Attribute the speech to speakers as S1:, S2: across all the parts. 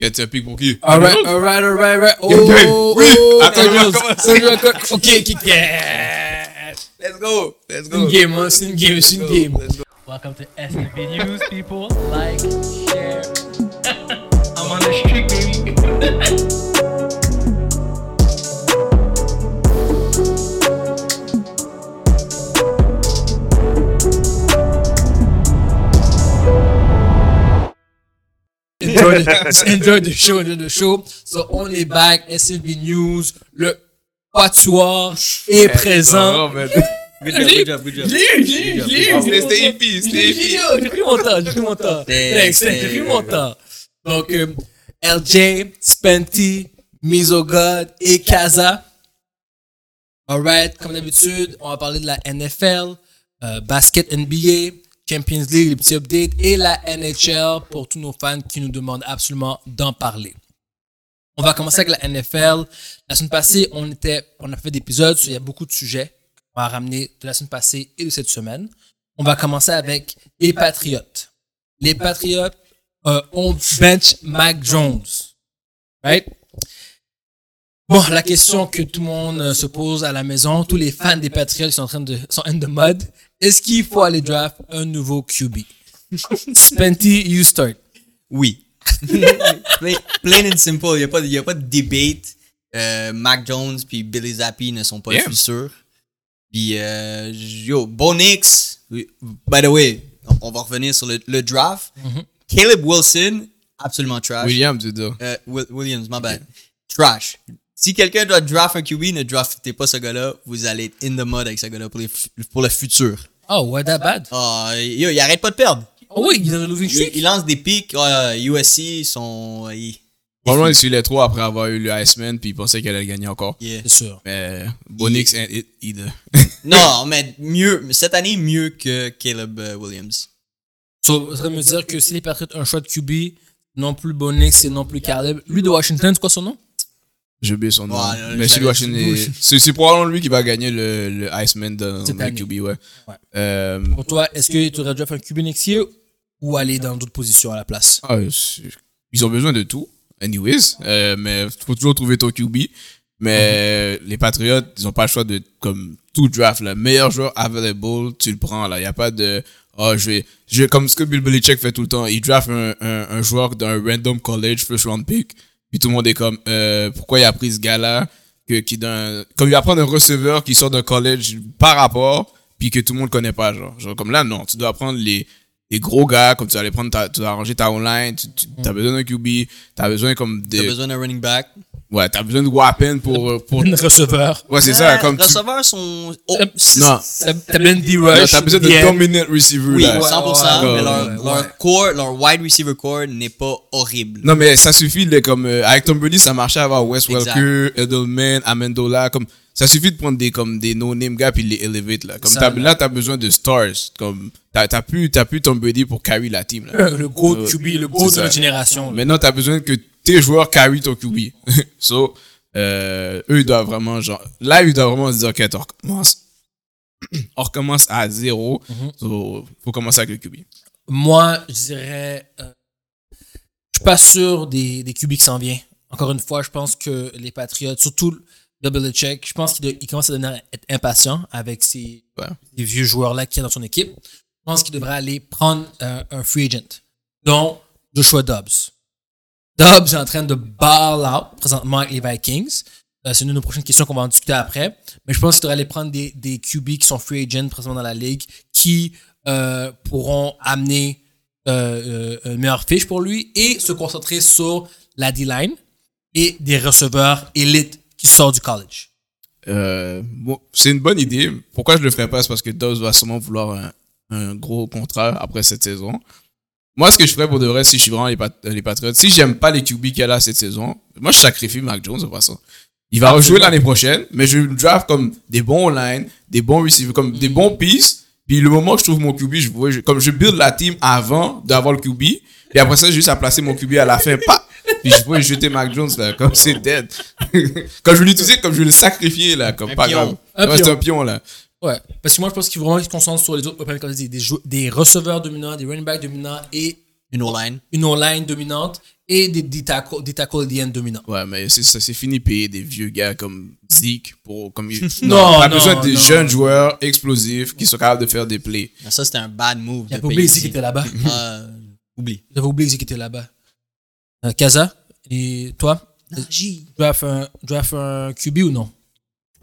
S1: Il a tiré un pic pour qui
S2: Alright, alright, alright, alright. Oh,
S1: game. Oui.
S2: oh,
S1: Attends,
S2: Thanos,
S1: il va commencer.
S2: Thanos, co- ok, ok, ok. C'est
S1: Let's go Let's
S2: une game, hein, c'est une game, c'est une game.
S3: Welcome to STB News, people. Like, share. I'm on the street, baby.
S2: Enjoy the, enjoy the show, enjoy the show. So, on est back, SLB News, le patois est
S1: oh.
S2: présent. Je l'ai eu, je l'ai eu, je l'ai eu.
S1: C'était hippie, c'était
S2: Je l'ai eu, je l'ai
S1: hippie.
S2: eu, j'ai pris mon temps, j'ai pris mon temps. Thanks, thanks, j'ai pris mon temps. Donc, euh, LJ, Spenty, Misogod et Kaza. Alright, comme d'habitude, on va parler de la NFL, euh, basket NBA, Champions League, les petits updates et la NHL pour tous nos fans qui nous demandent absolument d'en parler. On va commencer avec la NFL. La semaine passée, on, était, on a fait d'épisodes, il y a beaucoup de sujets qu'on va ramener de la semaine passée et de cette semaine. On va commencer avec les Patriotes. Les Patriotes euh, ont bench Mac Jones. Right? Bon, la question que tout le monde euh, se pose à la maison, tous les fans des Patriots qui sont en train de sont in the mud, est-ce qu'il faut aller draft un nouveau QB? Spenty, you start.
S4: Oui. plain, plain and simple, il n'y a, pas de- y a pas de debate. Euh, Mac Jones puis Billy Zappi ne sont pas
S1: Yeah.
S4: le futur. Puis, euh, yo, Bo Nix, oui, by the way, on, on va revenir sur le, le draft. Caleb Wilson, absolument trash.
S1: Ah, William, tu dis.
S4: Euh, Wil- Williams, my bad. Trash. Si quelqu'un doit draft un QB, ne draftez pas ce gars-là. Vous allez être in the mud avec ce gars-là pour, les fu- pour le futur.
S2: Oh, what that bad?
S4: Ah, yo, il arrête pas de perdre.
S2: Oh oui, il a levé une
S4: Il,
S2: chute.
S4: il lance des pics. ah, USC, sont. il-
S1: Probablement, il suit les trois après avoir eu le Iceman, puis il pensait qu'elle allait gagner encore.
S4: yeah.
S2: C'est sûr.
S1: Mais Bonix ain't it either.
S4: Non, mais mieux, cette année, mieux que Caleb euh, Williams.
S2: So, ça veut me dire que si les Patriots ont un choix de QB, non plus Bonix et non plus Caleb, lui de Washington, c'est quoi son nom?
S1: J'ai oublié son nom.
S4: Ouais, euh,
S1: mais
S4: je
S1: celui
S4: l'avais
S1: Washington, est- c'est c'est probablement lui qui va gagner le, le Iceman dans
S2: Cette
S1: le
S2: année.
S1: QB, ouais.
S2: Ouais.
S1: Euh,
S2: Pour toi, est-ce que tu aurais déjà fait un QB next year ou aller dans d'autres positions à la place?
S1: ah, c'est- ils ont besoin de tout, anyways. Euh, mais faut toujours trouver ton QB. Mais euh, les Patriots, ils ont pas le choix de, comme tout draft, le meilleur joueur available, tu le prends, là. Il n'y a pas de, oh, je vais, je vais- comme ce que Bill Belichick fait tout le temps. Il draft un, un, un joueur d'un random college first round pick. Puis tout le monde est comme, euh, pourquoi il a pris ce gars-là? Que, qui d'un, comme il va prendre un receveur qui sort d'un college par rapport, puis que tout le monde connaît pas, genre. Genre, comme là, non, tu dois prendre les, les gros gars, comme tu vas aller prendre ta, tu dois arranger ta online, tu, tu as besoin d'un QB, tu as besoin comme
S4: Mm. T'as
S1: de,
S4: besoin d'un running back.
S1: ouais, t'as besoin de weapon pour, euh, pour,
S2: Un receveur.
S1: Ouais, c'est ça,
S4: Ah,
S1: comme
S4: Les
S1: tu...
S4: receveurs sont. oh,
S2: Euh,
S4: c'est-
S1: Non.
S2: T'as t'as bien dit
S1: Non,
S2: Rush.
S1: T'as besoin de
S2: bien.
S1: dominant receiver,
S4: Oui,
S1: là.
S2: ouais.
S4: 100%.
S1: ouais,
S4: mais leur,
S2: ouais,
S4: leur
S2: ouais.
S4: core, leur wide receiver core n'est pas horrible.
S1: Non, mais ça suffit, de, comme, euh, avec Tom Brady, ça marchait avant Wes
S4: Exact.
S1: Welker, Edelman, Amendola, comme, ça suffit de prendre des, comme, des no-name gars puis les elevate, là. Comme,
S2: Ça,
S1: t'as-
S2: là.
S1: là, t'as besoin de stars. Comme, t'as t'as plus, t'as plus Tom Brady pour carry la team, là.
S2: Le gros de QB, le gros
S1: C'est
S2: de
S1: ça.
S2: notre génération.
S1: Maintenant, t'as besoin que tes joueurs carry ton QB. so, euh, eux, ils doivent vraiment, genre, là, ils doivent vraiment se dire, OK, on recommence, on recommence à zéro.
S2: Mm-hmm.
S1: So, faut commencer avec le QB.
S2: Moi, je dirais. euh, je suis pas sûr des, des QB qui s'en vient. Encore une fois, je pense que les Patriots, surtout le Belichick, je pense qu'il de- il commence à devenir à être impatient avec ces
S1: Ouais.
S2: ces vieux joueurs-là qu'il y a dans son équipe. Je pense qu'il devrait aller prendre euh, un free agent, dont Joshua Dobbs. Dobbs est en train de ball out présentement avec les Vikings. Euh, c'est une de nos prochaines questions qu'on va en discuter après. Mais je pense qu'il devrait aller prendre des, des QB qui sont free agents présentement dans la ligue qui euh, pourront amener euh, euh, une meilleure fiche pour lui et se concentrer sur la D-line et des receveurs élites qui sortent du college.
S1: Euh, bon, c'est une bonne idée. Pourquoi je le ferais pas C'est parce que Dobbs va sûrement vouloir un, un gros contrat après cette saison. Moi, ce que je ferais pour de vrai, si je suis vraiment les, Pat- les Patriots, si j'aime pas les QB qu'il y a là cette saison, moi, je sacrifie Mac Jones de toute façon. Il va rejouer l'année prochaine, mais je le draft comme des bons online, des bons receivers, comme des bons pieces. Puis le moment que je trouve mon QB, je, vois- je- comme je build la team avant d'avoir le QB, et après ça, j'ai juste à placer mon QB à la fin, pas. Puis je vais jeter Mac Jones là, comme c'est dead. comme je vais l'utiliser, comme je vais le sacrifier là, comme
S4: Un
S1: pas
S4: pion.
S1: grave.
S2: Un
S1: Ouais, c'est
S2: pion.
S1: un pion là.
S2: Ouais, parce que moi je pense qu'ils vraiment ils se concentrent sur les autres, comme je dis, des, jou- des receveurs dominants, des running backs dominants et
S4: Une O-line.
S2: une online dominante et des, des tackles des tackles DN dominants.
S1: Ouais, mais c'est, ça, c'est fini de payer des vieux gars comme Zeke pour. Comme,
S2: Non,
S1: On a
S2: non,
S1: besoin de
S2: non.
S1: jeunes joueurs explosifs qui sont capables de faire des plays.
S4: Non, Ça, c'était un bad move. de
S2: J'avais
S4: payer
S2: oublié
S4: ici.
S2: qui était là-bas.
S4: Ah, oublie.
S2: J'avais oublié qui était là-bas. Euh, Kaza, et toi, draft un, draft un QB ou non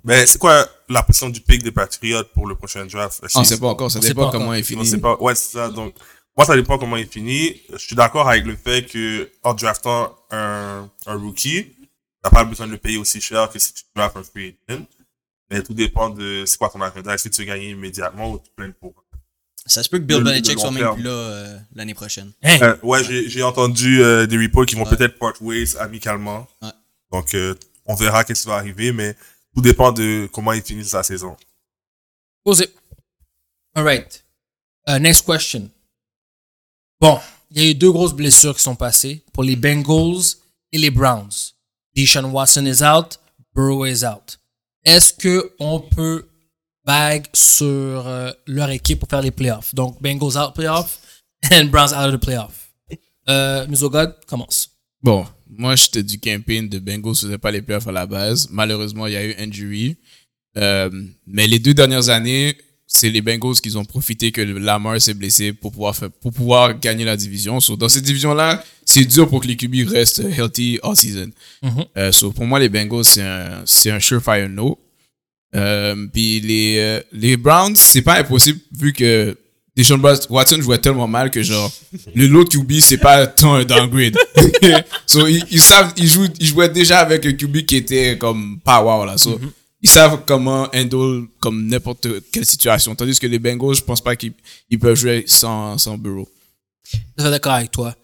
S5: Mais c'est quoi la pression du pic des Patriots pour le prochain draft?
S1: On sait pas encore, ça
S2: Ah, On sait
S1: dépend
S2: pas
S1: comment
S2: encore.
S1: il
S5: On
S1: finit.
S5: sait pas. Ouais, c'est ça. Donc, moi, ça dépend comment il finit. Je suis d'accord avec le fait que en draftant un, un rookie, t'as pas besoin de le payer aussi cher que si tu draftes un free agent. Mais tout dépend de c'est quoi ton agenda. Est-ce que tu veux gagner immédiatement ou tu plains pour.
S4: Ça se peut que Bill
S5: Le-
S4: Belichick
S5: le
S4: soit
S5: long
S4: même
S5: terme.
S4: plus là euh, l'année prochaine.
S2: Hein?
S5: Euh, ouais, j'ai j'ai entendu euh, des reports qui vont peut-être part ways amicalement.
S4: Ouais.
S5: Donc, euh, on verra qu'est-ce qui va arriver, mais tout dépend de comment il finit sa saison.
S2: Posé. All right. Euh, next question. Bon, il y a eu deux grosses blessures qui sont passées pour les Bengals et les Browns. Deshaun Watson is out, Burrow is out. Est-ce que on peut bag sur euh, leur équipe pour faire les playoffs? Donc, Bengals out playoff and Browns out of the playoff. Euh, Misogod, commence.
S1: Bon, moi, j'étais du campaign de Bengals, faisait pas les playoffs à la base. Malheureusement, il y a eu injury. Euh, mais les deux dernières années, c'est les Bengals qui ont profité que Lamar s'est blessé pour pouvoir, faire, pour pouvoir gagner la division. So, dans cette division-là, c'est dur pour que les QB restent healthy all-season.
S2: Mm-hmm.
S1: Euh, so, pour moi, les Bengals, c'est un, c'est un surefire no. Euh, Puis les, euh, les Browns, c'est pas impossible vu que Deshaun Watson jouait tellement mal que genre le l'autre QB c'est pas tant un downgrade. so, ils, ils savent ils jouent ils jouaient déjà avec le QB qui était comme pas wow là. So, ils savent comment handle comme n'importe quelle situation. Tandis que les Bengals, je pense pas qu'ils ils peuvent jouer sans sans Burrow.
S2: Je suis d'accord avec toi.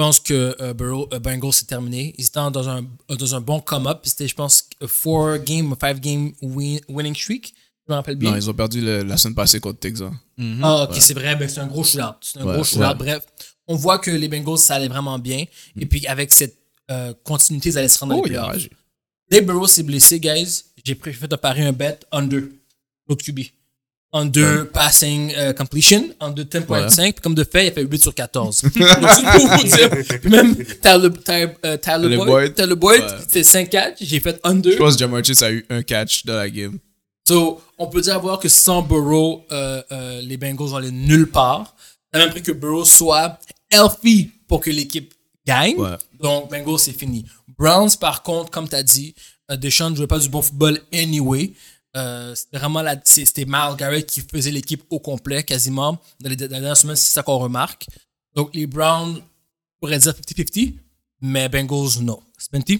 S2: Je pense que euh, Burrow, euh, Bengals, c'est terminé. Ils étaient dans un, dans un bon come-up. Puis C'était, je pense, 4 game, 5 game win- winning streak. Je me rappelle bien.
S1: Non, ils ont perdu le- la semaine passée contre Texas.
S2: Ah, ok, c'est vrai. Ben, c'est un gros shootout. C'est un
S1: Ouais,
S2: gros shootout.
S1: ouais.
S2: Bref, on voit que les Bengals, ça allait vraiment bien. Et puis, avec cette euh, continuité, ils allaient se rendre dans
S1: Mm. Oh,
S2: les
S1: il a
S2: playoffs.
S1: ragé.
S2: Dès Burrow s'est blessé, guys, j'ai pris- fait de parier un bet under. L'autre QB. Under passing euh, completion, under 10.5. Puis comme de fait, il a fait 8 sur 14. Donc, c'est pour vous dire. Puis même Tyler, Tyler, euh, Tyler
S1: Tyler
S2: Boyd,
S1: Boyd.
S2: Tyler Boyd,
S1: Ouais.
S2: c'était 5-4. J'ai fait under.
S1: Je pense que Jamar Chase a eu un catch dans la game.
S2: So, on peut dire avoir que sans Burrow, euh, euh, les Bengals vont aller nulle part. Ça a même pris que Burrow soit healthy pour que l'équipe gagne.
S1: Ouais.
S2: Donc, Bengals, c'est fini. Browns, par contre, comme tu as dit, euh, Deschamps ne jouait pas du bon football anyway. Euh, c'était vraiment la, c'est- c'était Margaret qui faisait l'équipe au complet, quasiment. Dans les, dans les dernières semaines, c'est ça qu'on remarque. Donc, les Browns, on pourrait dire 50-50, mais Bengals, non. Spenty?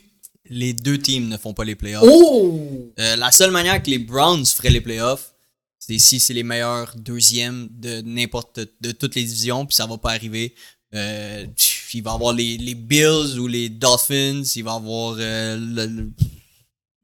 S4: Les deux teams ne font pas les playoffs.
S2: Oh!
S4: Euh, la seule manière que les Browns feraient les playoffs, c'est si c'est les meilleurs deuxièmes de n'importe de toutes les divisions, puis ça va pas arriver. Euh, pff, il va avoir les, les Bills ou les Dolphins, il va avoir euh, le- le-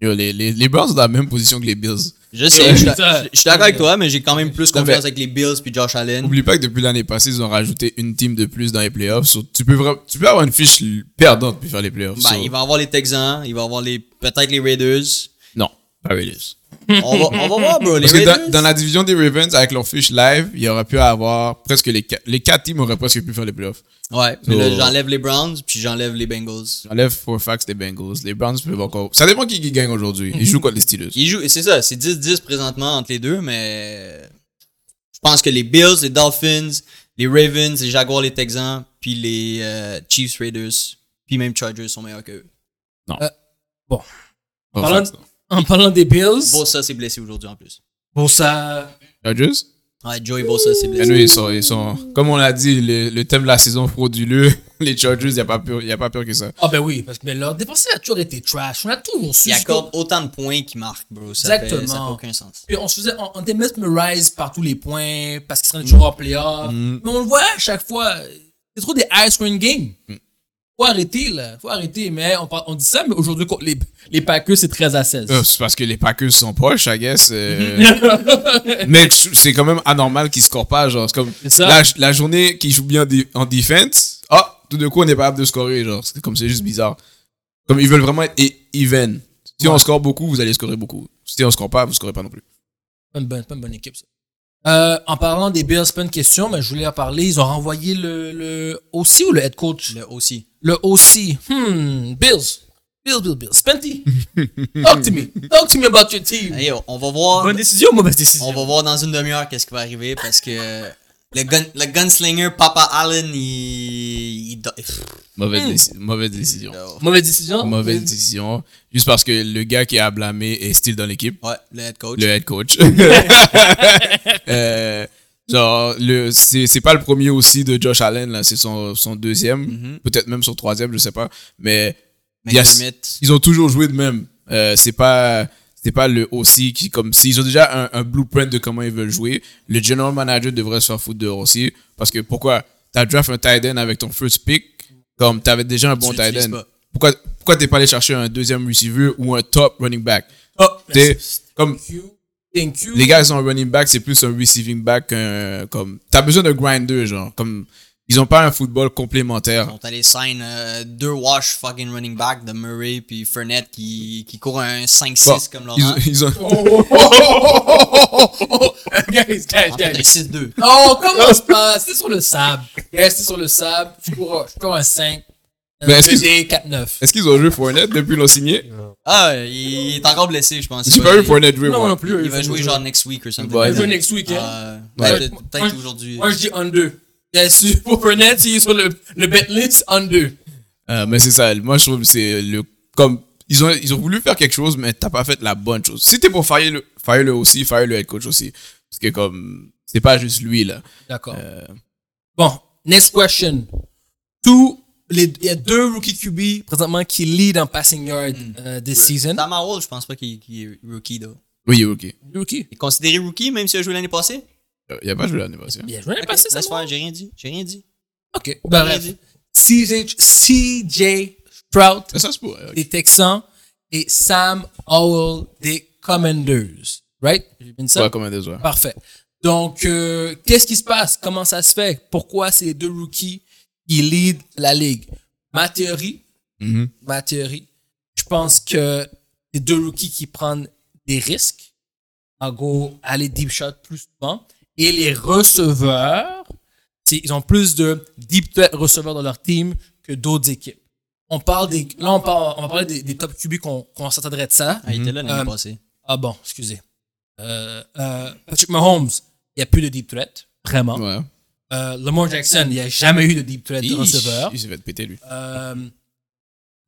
S1: Yo, les, les, les Browns sont dans la même position que les Bills.
S4: je sais, je suis d'ac-
S2: putain.
S4: je je suis d'accord avec toi, mais j'ai quand même plus
S1: Non, mais-
S4: confiance avec les Bills puis Josh Allen.
S1: N'oublie pas que depuis l'année passée, ils ont rajouté une team de plus dans les playoffs. So, tu, peux vraiment- tu peux avoir une fiche l- perdante puis faire les playoffs.
S4: Ben,
S1: So,
S4: il va avoir les Texans, il va avoir les peut-être les Raiders.
S1: Non, pas Raiders.
S4: On va, on va voir, bro. Les
S1: Parce que
S4: Raiders.
S1: dans, dans la division des Ravens, avec leur fiche live, il y aurait pu avoir presque les, qua- les quatre teams auraient presque pu faire les playoffs.
S4: Ouais, mais là,
S1: So-
S4: j'enlève les Browns puis j'enlève les Bengals.
S1: J'enlève for facts des Bengals. Les Browns peuvent encore. Ça dépend qui, qui gagne aujourd'hui. Ils jouent contre les Steelers.
S4: Ils jouent, c'est ça, c'est 10-10 présentement entre les deux, mais je pense que les Bills, les Dolphins, les Ravens, les Jaguars, les Texans, puis les euh, Chiefs, Raiders, puis même Chargers sont meilleurs qu'eux.
S1: For
S2: Parlant-
S1: facts, non.
S2: En parlant des Bills,
S4: Bosa s'est blessé aujourd'hui en plus.
S2: bon, ça,
S1: Chargers?
S4: Ouais, Joey Bosa s'est
S1: Ben, nous,
S4: blessé.
S1: ils sont, ils sont. Comme on l'a dit, le, le thème de la saison frauduleux, les Chargers, il n'y a, pas peur- y a pas peur que ça.
S2: Ah ben oui, parce que mais leur défense a toujours été trash. On a toujours su.
S4: Il
S2: ce
S4: accorde
S2: qu'on-
S4: autant de points qu'il marque, bro. Ça fait- ça fait
S2: Exactement.
S4: aucun sens.
S2: Puis on se faisait, on, on était mesmerized par tous les points parce qu'ils seraient
S1: Mm.
S2: toujours en playoff. Mais on le voit à chaque fois. C'est trop des high scoring games.
S1: Mm.
S2: Faut arrêter là, faut arrêter. Mais on, par- on dit ça, mais aujourd'hui contre les, les Packers c'est 13 à 16.
S1: Euh, c'est parce que les Packers sont poches, I guess. euh,
S4: Mm-hmm.
S1: mais je- c'est quand même anormal qu'ils scorent pas. Genre, c'est comme
S2: C'est ça.
S1: la, la journée qu'ils jouent bien en dé- en defense, ah, tout d'un coup, on est pas capable de scorer. Genre, c'est comme c'est juste bizarre. Comme ils veulent vraiment être e- even. Si on score beaucoup, vous allez scorer beaucoup. Si on score pas, vous scorez pas non plus.
S2: Pas une bonne, pas une bonne équipe ça. Euh, en parlant des Bills, c'est pas une question, mais je voulais en parler. Ils ont renvoyé le, le OC ou le head coach?
S4: Le aussi.
S2: Le OC. Hmm, Bills. Bills, Bills, Bills. Spenty, talk to me. Talk to me about your team.
S4: Hey, on- on va voir.
S2: Bonne décision ou mauvaise décision?
S4: On va voir dans une demi-heure qu'est-ce qui va arriver parce que le, gun, le gunslinger Papa Allen, il. il do- pff,
S1: Mauvaise, déci- mauvaise décision.
S4: no.
S2: Mauvaise décision?
S1: Mauvaise décision. Juste parce que le gars qui a blâmé est still dans l'équipe.
S4: Ouais, le head coach.
S1: Le head coach. Euh, genre, le, c'est, c'est pas le premier aussi de Josh Allen, là. C'est son, son deuxième. Peut-être même son troisième, je sais pas. Mais yes,
S4: McDermott.
S1: ils ont toujours joué de même. Euh, c'est pas, c'est pas le aussi qui, comme s'ils ont déjà un, un blueprint de comment ils veulent jouer. Le general manager devrait se faire foutre de aussi. Parce que pourquoi t'as draft un tight end avec ton first pick, comme t'avais déjà un bon
S4: l'utilises
S1: tight end.
S4: pas.
S1: Pourquoi, pourquoi t'es pas allé chercher un deuxième receiver ou un top running back?
S2: Oh,
S1: T'es, comme,
S2: Thank you. Thank you.
S1: les gars, ils sont running back, c'est plus un receiving back qu'un. Comme, t'as besoin d'un grinder, genre. Comme, ils ont pas un football complémentaire.
S4: Ils sont allés sign euh, deux wash fucking running back de Murray puis Fournette qui, qui court un 5-6
S1: Bon,
S4: comme Laurent.
S1: ils, ils ont.
S2: guys, guys,
S4: En fait, un
S2: guys.
S4: 6-2.
S2: Non, commence pas. C'était sur le sable. Guys, c'était sur le sable. Je cours, je cours Euh, un 5. Un
S1: Mais est-ce que-
S2: 2D, 4-9.
S1: Est-ce qu'ils ont joué Fournette depuis qu'ils l'ont signé
S4: Ah, il est encore blessé, je pense.
S1: J'ai pas
S4: Il-
S1: vu Fournette jouer.
S2: Non,
S1: moi.
S2: non plus. euh,
S4: Il va jouer genre next week ou something.
S1: Ouais.
S2: Il joue next week, hein.
S4: Ah,
S1: Ouais.
S4: Peut-être peut-être aujourd'hui.
S2: Moi, je dis under. Bien sûr, pour Burnett, il est sur le, le bet list under.
S1: Euh, mais c'est ça. Moi, je trouve que c'est le. Comme. Ils ont, ils ont voulu faire quelque chose, mais t'as pas fait la bonne chose. Si t'es pour fire le, fire le aussi, fire le head coach aussi. Parce que, comme. C'est pas juste lui, là.
S2: D'accord. Bon, next question. Tous les, il y a deux rookie QB présentement qui lead en passing yard euh, this season.
S4: Sam Howell, je pense pas qu'il qu'il est rookie, là.
S1: Oui, ok.
S2: Rookie.
S4: Il est considéré rookie, même s'il a joué l'année passée?
S1: Euh, Il a pas joué l'année passée.
S2: Bien joué,
S4: Ok,
S2: passé ça.
S4: laisse faire, j'ai rien dit. J'ai rien dit.
S2: Ok. Ben, bref. CJ, CJ Stroud
S1: Ça se pourrait. ok.
S2: des Texans et Sam Howell des Commanders. Right? J'ai bien dit ça?
S1: Ouais, comme un des joueurs.
S2: Parfait. Donc, euh, qu'est-ce qui se passe? Comment ça se fait? Pourquoi ces deux rookies qui lead la ligue? Ma théorie,
S1: Mhm.
S2: ma théorie, je pense que les deux rookies qui prennent des risques, en gros, aller deep shot plus souvent, et les receveurs, c'est- ils ont plus de deep threat receveurs dans leur team que d'autres équipes. On parle des, là, on, parle, on va parler des, des top QB qu'on qu'on s'attendrait de ça.
S1: Mhm.
S4: Ah, il était là l'année
S2: Euh,
S4: passée.
S2: Ah bon, excusez. Euh, euh, Patrick Mahomes, il n'y a plus de deep threat, vraiment.
S1: Ouais.
S2: Euh, Lamar Jackson, il n'y a jamais eu de deep threat de
S1: Ish,
S2: receveur.
S1: Il s'est fait péter, lui.
S2: Euh,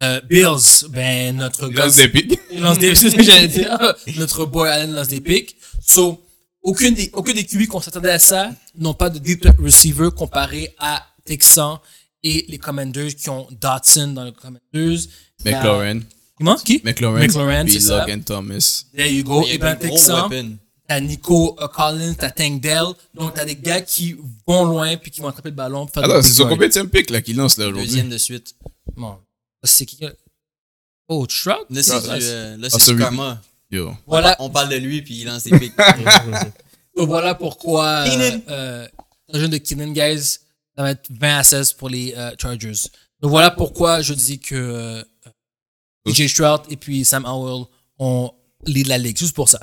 S2: euh, Bills, ben notre
S1: Il
S2: gars-
S1: lance des pics.
S2: il lance des- c'est ce que j'allais dire. Notre boy Allen lance des pics. So, aucune des, aucune des QB qu'on s'attendait à ça n'ont pas de deep threat receiver comparé à Texan et les Commanders qui ont Dotson dans les Commanders.
S1: McLaurin.
S2: Comment? Qui?
S1: McLaurin.
S2: McLaurin, c'est ça.
S1: Logan Thomas.
S2: There you go.
S4: Il y a
S2: Et ben
S4: des gros
S2: Texan.
S4: weapons.
S2: T'as Nico euh, Collins, t'as Tank Dell. Donc, t'as des gars qui vont loin puis qui vont attraper le ballon. pour
S4: Ah
S2: faire
S1: Attends,
S2: des
S1: c'est son
S2: big
S1: combien de pick là qu'il lance là aujourd'hui
S4: Deuxième de suite.
S2: plays. Bon. C'est qui euh, Oh, Trout
S4: Là, c'est
S1: Ah,
S4: du,
S1: nice.
S4: euh, là,
S1: Ah,
S4: c'est du
S1: celui-
S4: karma.
S1: Yo.
S2: Voilà,
S4: On parle de lui, puis il lance des pics.
S2: voilà pourquoi. Euh,
S4: Keenan.
S2: euh, le jeu de Keenan, guys, ça va être 20 à 16 pour les euh, Chargers. Donc, voilà pourquoi je dis que euh, DJ Stroud et puis Sam Howell ont lead la ligue. Juste pour ça.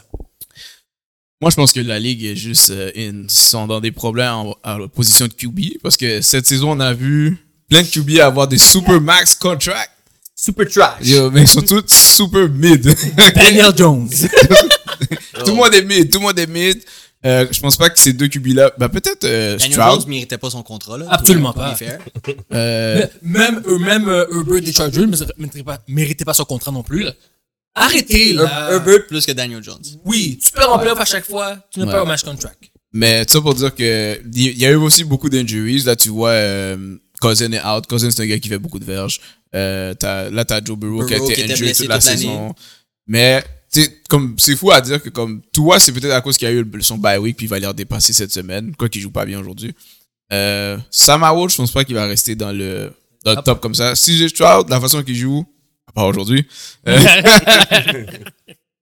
S1: Moi, je pense que la ligue est juste euh, in. Ils sont dans des problèmes en- à la position de QB parce que cette saison, on a vu plein de QB avoir des super max contracts.
S4: Super trash.
S1: Yo, mais ils sont tous super mid.
S2: Daniel Jones.
S1: tout le monde est mid, tout le monde est mid. Euh, je pense pas que ces deux QB là, bah peut-être euh,
S4: Daniel
S1: Stroud.
S4: Jones méritait pas son contrat, là.
S2: Absolument
S4: Pour- pour
S2: pas.
S4: les faire.
S1: Euh,
S2: Même eux, même euh, Herbert des Chargers ne méritaient pas, méritaient pas son contrat non plus. là. Arrêtez, là.
S4: Her- Herbert plus que Daniel Jones.
S2: Oui, tu perds en playoff à chaque fois, tu n'as
S1: Ouais.
S2: pas un match contract.
S1: Mais ça pour dire que il y a eu aussi beaucoup d'injuries. Là, tu vois, euh, Cousin est out. Cousin, c'est un gars qui fait beaucoup de verges. Euh, t'as- là, t'as Joe Burrow, qui a
S4: Burrow
S1: été
S4: qui était
S1: injured
S4: blessé
S1: toute la
S4: toute l'année.
S1: saison. Mais tu sais, comme c'est fou à dire que comme toi, c'est peut-être à cause qu'il y a eu le- son bye week puis il va les dépasser cette semaine, quoi qu'il joue pas bien aujourd'hui. Euh, Sam Howell, je pense pas qu'il va rester dans le, dans le top comme ça. Si j'ai Stroud, la façon qu'il joue, à part aujourd'hui, euh,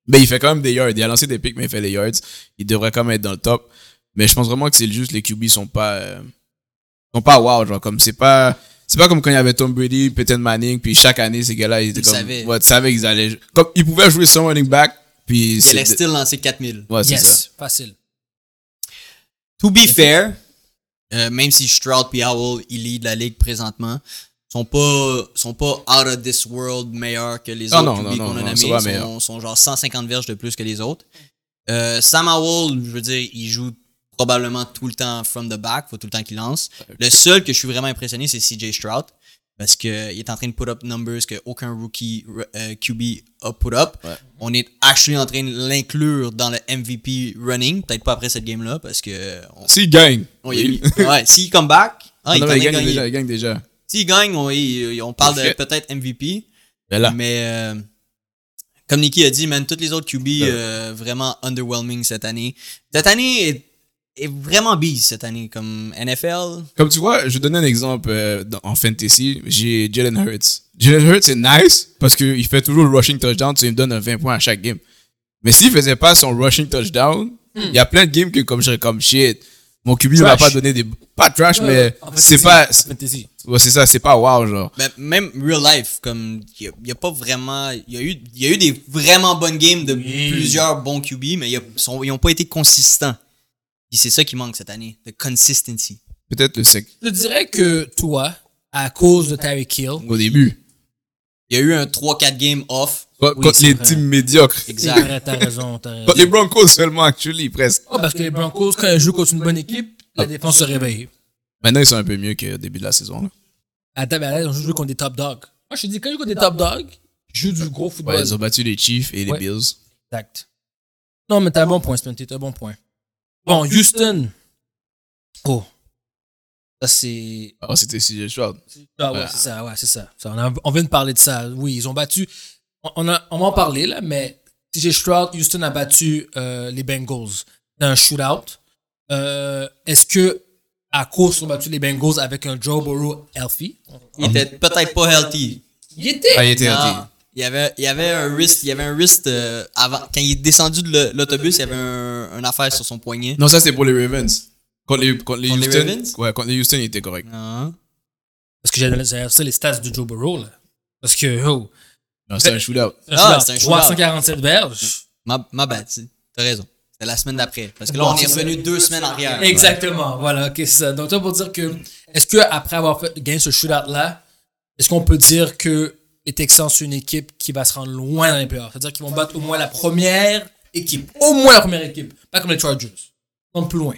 S1: mais il fait quand même des yards. Il a lancé des pics, mais il fait des yards. Il devrait quand même être dans le top. Mais je pense vraiment que c'est juste les QB sont pas euh, sont pas wow genre comme c'est pas c'est pas comme quand il y avait Tom Brady, Peyton Manning, puis chaque année ces gars-là ils étaient
S4: le
S1: comme
S4: savaient.
S1: ouais, tu savais qu'ils allaient comme ils pouvaient jouer sans running back puis
S4: Il a
S1: Ah, c'est
S4: still lancé 4000.
S1: ouais c'est
S2: Yes,
S1: ça.
S2: facile.
S4: To be fair, euh, même si Stroud et Howell, ils lead la ligue présentement, sont pas sont pas out of this world meilleurs que les
S1: Ah
S4: autres
S1: non,
S4: QB
S1: non,
S4: qu'on
S1: non,
S4: a
S1: non,
S4: nommés.
S1: c'est pas
S4: Ils sont,
S1: meilleur.
S4: sont genre 150 verges de plus que les autres. Euh, Sam Howell, je veux dire, il joue probablement tout le temps from the back, faut tout le temps qu'il lance. Le seul que je suis vraiment impressionné, c'est CJ Stroud. Parce qu'il est en train de put up numbers que aucun rookie euh, QB a put up. On est actually en train de l'inclure dans le MVP running. Peut-être pas après cette game-là, parce que on-
S1: S'il gagne.
S4: on Oh, y a eu- ouais, s'il come back, ah, il
S1: non,
S4: t'en
S1: mais
S4: a
S1: il gagne
S4: gagné.
S1: déjà, il gagne déjà.
S4: S'il gagne, on, il- on parle de
S1: Shit.
S4: peut-être MVP.
S1: Mais là,
S4: Mais euh, comme Nicky a dit, man, toutes les autres QB
S1: Ouais.
S4: euh, vraiment underwhelming cette année. Cette année est, est vraiment bise cette année. Comme NFL,
S1: comme tu vois, je vais donner un exemple euh, dans- en fantasy. J'ai Jalen Hurts. Jalen Hurts, c'est nice parce qu'il fait toujours le rushing touchdown, tu il me donne un 20 points à chaque game. Mais s'il faisait pas son rushing touchdown, il y a plein de games que comme je comme shit. Mon QB ne va
S2: Hmm. Trash.
S1: pas donner des. Pas trash, mais
S2: En fantasy,
S1: c'est pas.
S2: en fantasy.
S1: Ouais, c'est ça, c'est pas wow, genre.
S4: ben, même real life, comme il n'y a, pas vraiment. Il y, a eu- y a eu des vraiment bonnes games de plusieurs bons QB, mais y a- sont- ils n'ont pas été consistants. Et c'est ça qui manque cette année, the consistency.
S1: Peut-être le sec
S2: Je dirais que toi, à cause de Tyreek Hill,
S1: au début.
S4: Il y a eu un 3-4 game off.
S1: Quand
S2: Oui,
S1: contre
S2: c'est
S1: les
S2: vrai.
S1: teams médiocres.
S4: Exact.
S2: t'as t'as raison, t'as raison.
S1: Contre les Broncos seulement, actually, presque.
S2: Oh, parce que les Broncos, quand ils jouent contre une bonne équipe,
S1: Ah.
S2: la défense se réveille.
S1: Maintenant, ils sont un peu mieux qu'au début de la saison. Là.
S2: Attends, mais là, ils ont joué contre des top dogs. Moi, je te dis, quand ils jouent contre des top dogs, ils jouent du gros football.
S1: Ouais, ils ont battu les Chiefs et les
S2: Ouais.
S1: Bills.
S2: Exact. Non, mais t'as un bon point, Spenty, t'as un bon point. Bon, Houston. Oh. Ça, c'est.
S1: Ah, c'était CJ Stroud.
S2: Ah ouais,
S1: Ouais.
S2: c'est ça, ouais, c'est ça. Ça, on, a- on vient de parler de ça. Oui, ils ont battu. On, on a, on va en parler, là, mais TJ Stroud, Houston a battu euh, les Bengals dans un shootout. Euh, Est-ce que, à cause, ils ont battu les Bengals avec un Joe Burrow healthy?
S4: Il était peut-être pas healthy.
S2: Il était.
S1: Ah, il était
S4: Non,
S1: raté.
S4: Il y avait, il y avait un wrist, il y avait un wrist euh, avant, quand il est descendu de le- l'autobus, il y avait un, une affaire sur son poignet.
S1: Non, ça, c'est pour les Ravens. Contre les, contre les
S4: Contre les
S1: Houston.
S4: Ravens?
S1: ouais, contre les Houston, il était correct.
S4: Non.
S2: Parce que j'avais j'avais ça, les stats de Joe Burrow, là. Parce que, oh,
S1: Non, c'était un shootout.
S2: un
S4: Ah,
S2: shootout,
S4: c'est un shootout.
S2: 347 verges.
S4: Ma, ma bad, c'est- t'as raison. C'est la semaine d'après. Parce que là,
S2: Bon,
S4: on est
S2: c'est ça.
S4: revenu deux semaines arrière.
S2: Exactement, voilà, ok, c'est ça. Donc, ça pour dire que, est-ce que après avoir fait, gagné ce shootout-là, est-ce qu'on peut dire que les Texans, c'est une équipe qui va se rendre loin dans les playoffs? C'est-à-dire qu'ils vont battre au moins la première équipe. Au moins la première équipe. Pas comme les Chargers. Ils vont plus loin.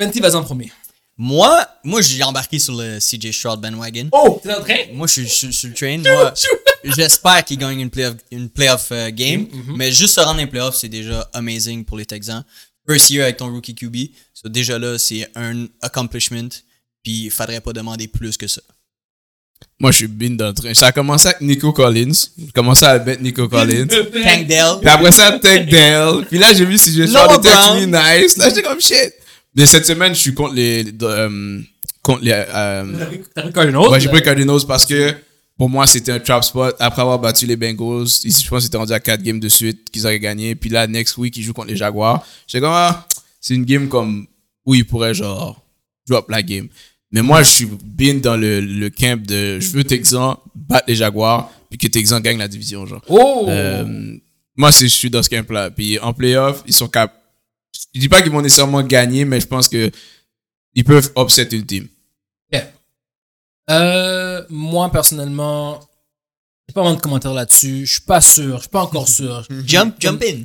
S2: Fenty, vas-y en premier.
S4: Moi, moi j'ai embarqué sur le CJ Stroud bandwagon.
S2: Oh! T'es en train?
S4: Moi, je suis sur- sur le train. Moi, j'espère qu'il gagne une playoff, une playoff euh, game. Mais juste se rendre en playoff, c'est déjà amazing pour les Texans. First year avec ton rookie QB. So, déjà là, c'est un accomplishment. Puis, il faudrait pas demander plus que ça.
S1: Moi, je suis bin dans le train. Ça a commencé avec Nico Collins. J'ai commencé à battre Nico Collins. Puis
S4: Tank Dell.
S1: après ça, Tech Dell. Puis là, j'ai vu CJ Stroud
S4: Noah
S1: était actually
S4: Brown.
S1: nice. Là, j'étais comme shit. Mais cette semaine, je suis contre les. de- euh, contre les. euh,
S2: T'as pris quoi, une autre?
S1: Ouais, j'ai pris Cardinals parce que pour moi, c'était un trap spot. Après avoir battu les Bengals, ici, je pense qu'ils étaient rendus à 4 games de suite qu'ils avaient gagné. Puis là, next week, ils jouent contre les Jaguars. J'étais comme, ah, c'est une game comme où ils pourraient genre drop la game. Mais moi, je suis bien dans le, le camp de je veux Texan battre les Jaguars puis que Texan gagne la division. Genre.
S2: Oh!
S1: Euh, moi, c'est- je suis dans ce camp-là. Puis en playoff, ils sont capables. Je dis pas qu'ils vont nécessairement gagner, mais je pense que ils peuvent upset une team.
S2: Ok. Euh, moi, personnellement, j'ai pas vraiment de commentaires là-dessus. Je suis pas sûr. Je suis pas encore sûr.
S4: Jump, jump in.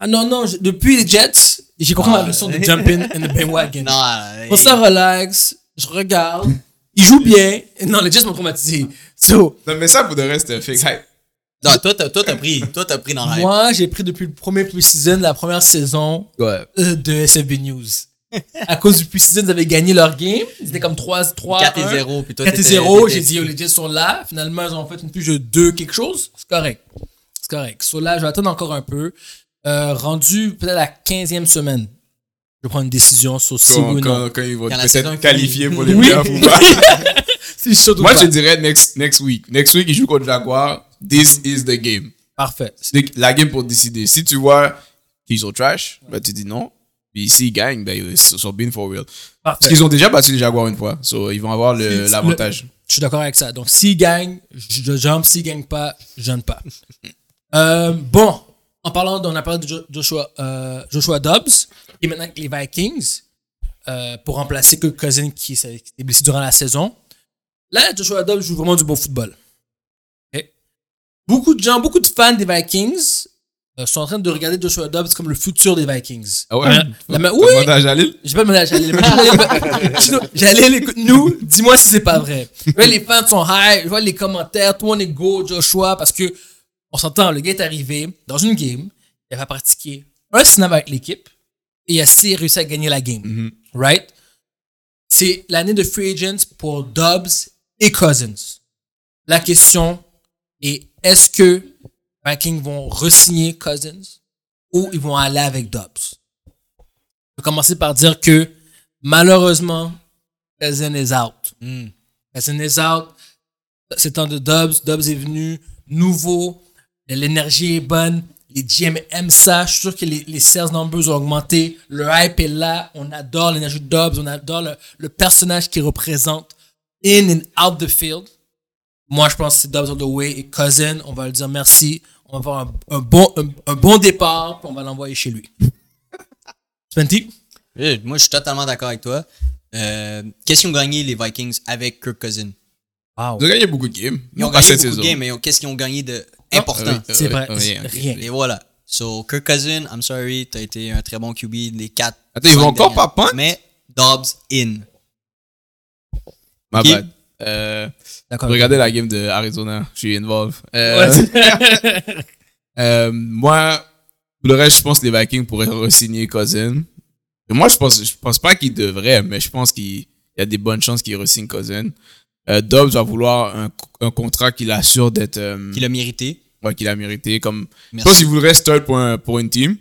S2: Ah non, non, je- depuis les Jets, j'ai compris ma leçon de jump in and the bandwagon.
S4: Ah. Non, euh,
S2: Pour ça, relax, je regarde, ils jouent bien. Non, les Jets m'ont traumatisé. So,
S1: Non, mais ça, pour le reste, c'est un fake hype.
S4: non, toi, t'as, toi, t'as pris, toi, t'as pris dans la hype.
S2: moi, j'ai pris depuis le premier pre-season, la première saison
S1: Ouais.
S2: euh, de SFB News. À cause du pre-season, ils avaient gagné leur game. Ils étaient comme 3, 3
S4: 4 et
S2: 1.
S4: 0, puis toi,
S2: 4 et
S4: t'étais-
S2: 0,
S4: t'étais-
S2: j'ai dit, oh, les Jets sont là. Finalement, ils ont fait une plus de 2 quelque chose. C'est correct. C'est correct. So là, je vais attendre encore un peu. Euh, rendu peut-être la 15e semaine, je prends une décision sur si oui
S1: quand,
S2: ou non.
S1: quand, quand ils vont
S4: Quand la saison est
S1: peut-être qualifier
S4: finie.
S1: pour les
S2: Oui.
S1: playoffs ou pas.
S2: C'est chaud ou
S1: Moi,
S2: pas.
S1: je dirais next, next week. Next week, ils jouent contre Jaguar. This is the game.
S2: Parfait.
S1: C'est la game pour décider. Si tu vois qu'ils sont trash, ben, tu dis non. Puis s'ils gagnent, ben, ils sont bien for real.
S2: Parfait.
S1: Parce qu'ils ont déjà battu les Jaguars une fois. So, ils vont avoir le-
S2: Le-
S1: l'avantage.
S2: Je suis d'accord avec ça. Donc, s'il gagne, je je jump. S'il gagne pas, je ne pas. Euh, bon, en parlant, de- on a parlé de Jo- Joshua, euh, Joshua Dobbs, qui est maintenant avec les Vikings. euh, pour remplacer Kirk Cousins qui s'est qui s'est blessé durant la saison. Là, Joshua Dobbs joue vraiment du bon football. Ok. Beaucoup de gens, beaucoup de fans des Vikings euh, sont en train de regarder Joshua Dobbs comme le futur des Vikings.
S1: Ah ouais?
S2: Euh, la ma- oui!
S1: Demande à Jalil.
S2: J'ai pas demandé à Jalil. mais Jalil- Chino, Jalil, écoute-nous, dis-moi si c'est pas vrai. Ouais, les fans sont high, je vois les commentaires, tout le monde est go, Joshua, parce que, on s'entend, le gars est arrivé dans une game, il va pratiquer un snap avec l'équipe, et il a si réussi à gagner la game. Right? C'est l'année de free agents pour Dobbs et Cousins. La question est, est-ce que Vikings vont re-signer Cousins ou ils vont aller avec Dobbs? Je vais commencer par dire que malheureusement, Cousin is out. Cousin is out. C'est temps de Dubs. Dubs est venu nouveau. L'énergie est bonne. Les GM aiment ça. Je suis sûr que les, les sales numbers ont augmenté. Le hype est là. On adore l'énergie de Dubs. On adore le, le personnage qu'il représente in and out the field. Moi, je pense que c'est Dubs on the way et Cousin. On va lui dire merci. On va avoir un, un bon, un, un bon départ. Puis on va l'envoyer chez lui. Spenty?
S4: Euh, Moi, je suis totalement d'accord avec toi. Euh, qu'est-ce qu'ils ont gagné les Vikings avec Kirk Cousins?
S1: Ils ont gagné beaucoup de games.
S4: Ils ont
S1: Pas
S4: gagné
S1: cette
S4: beaucoup
S1: saison.
S4: de games, mais qu'est-ce qu'ils ont gagné de important?
S1: Ah oui.
S2: C'est vrai,
S1: rien.
S2: rien.
S4: Et voilà. So, Kirk Cousins, I'm sorry, t'as été un très bon QB des quatre.
S1: Attends, ils vont
S4: cinq
S1: encore
S4: dernières.
S1: pas Hmm. punt?
S4: Mais Dobbs in.
S1: My
S4: Qui-
S1: bad. Euh,
S2: D'accord.
S1: regardez la game de Arizona. Je suis involved. Euh,
S2: Ouais.
S1: Euh, moi, pour le reste, je pense que les Vikings pourraient re-signer Cousin. Et moi, je pense, je pense pas qu'ils devraient, mais je pense qu'il il y a des bonnes chances qu'ils re-signent Cousin. Euh, Dobbs va vouloir un, un contrat qu'il assure d'être, euh,
S4: Qu'il a mérité.
S1: ouais, qu'il a mérité. Comme, je
S4: Merci.
S1: pense qu'il voudrait start pour, un- pour une team.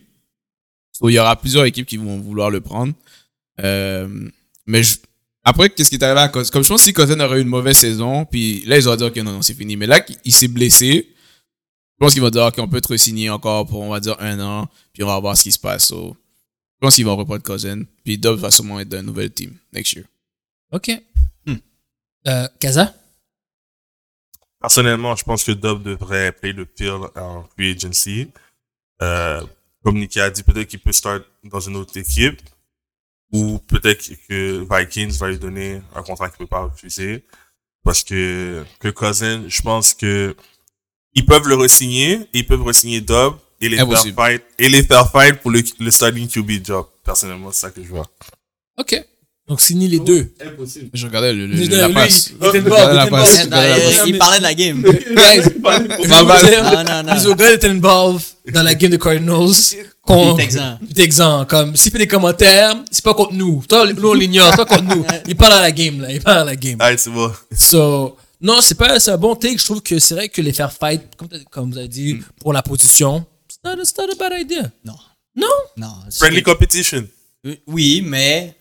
S1: So, il y aura plusieurs équipes qui vont vouloir le prendre. Euh, mais je- après, qu'est-ce qui est arrivé à Cousin? Comme je pense que si Cousin aurait eu une mauvaise saison, puis là, ils auraient dit, OK, non, non, c'est fini. Mais là, il s'est blessé. Je pense qu'ils vont dire OK, on peut te re-signer encore pour, on va dire, un an, puis on va voir ce qui se passe. So, je pense qu'ils vont reprendre Cousin, puis Dobbs va sûrement être dans une nouvelle team next year.
S2: ok. Euh, Kaza?
S5: Personnellement, je pense que Dub devrait play le field en free agency. Euh, comme Nicky a dit, peut-être qu'il peut start dans une autre équipe. Ou peut-être que Vikings va lui donner un contrat qu'il ne peut pas refuser. Parce que, que Cousin, je pense que ils peuvent le re-signer, ils peuvent re-signer Dub et les, faire
S1: Impossible.
S5: fight, et les faire fight pour le, le starting QB job. Personnellement, c'est ça que je vois.
S2: Ok. Donc, signer les deux.
S5: Impossible.
S1: Je regardais le, le-
S2: Lui,
S1: la
S2: lui,
S1: passe.
S2: il était de
S1: Je
S2: bord,
S1: regardais la
S2: il était
S1: passe,
S2: de bord.
S1: je regardais la passe.
S4: il parlait de la game.
S1: Ma balle.
S4: non, non, non.
S2: Misoga était involved dans la game des Cardinals. Contre...
S4: Il est exempt.
S2: Il est exempt. Comme, s'il fait des commentaires, c'est pas contre nous. Toi, nous, on l'ignore. Toi, contre nous. Il parle à la game, là. Il parle à la game.
S5: Allez, Ah, c'est bon.
S2: So, non, c'est pas, c'est un bon take. Je trouve que c'est vrai que les faire fight, comme, t'as- comme vous avez dit, pour la position, c'est not, it's not a bad idea.
S4: Non.
S2: Non?
S4: Non. c'est-
S5: Friendly competition.
S4: Oui, mais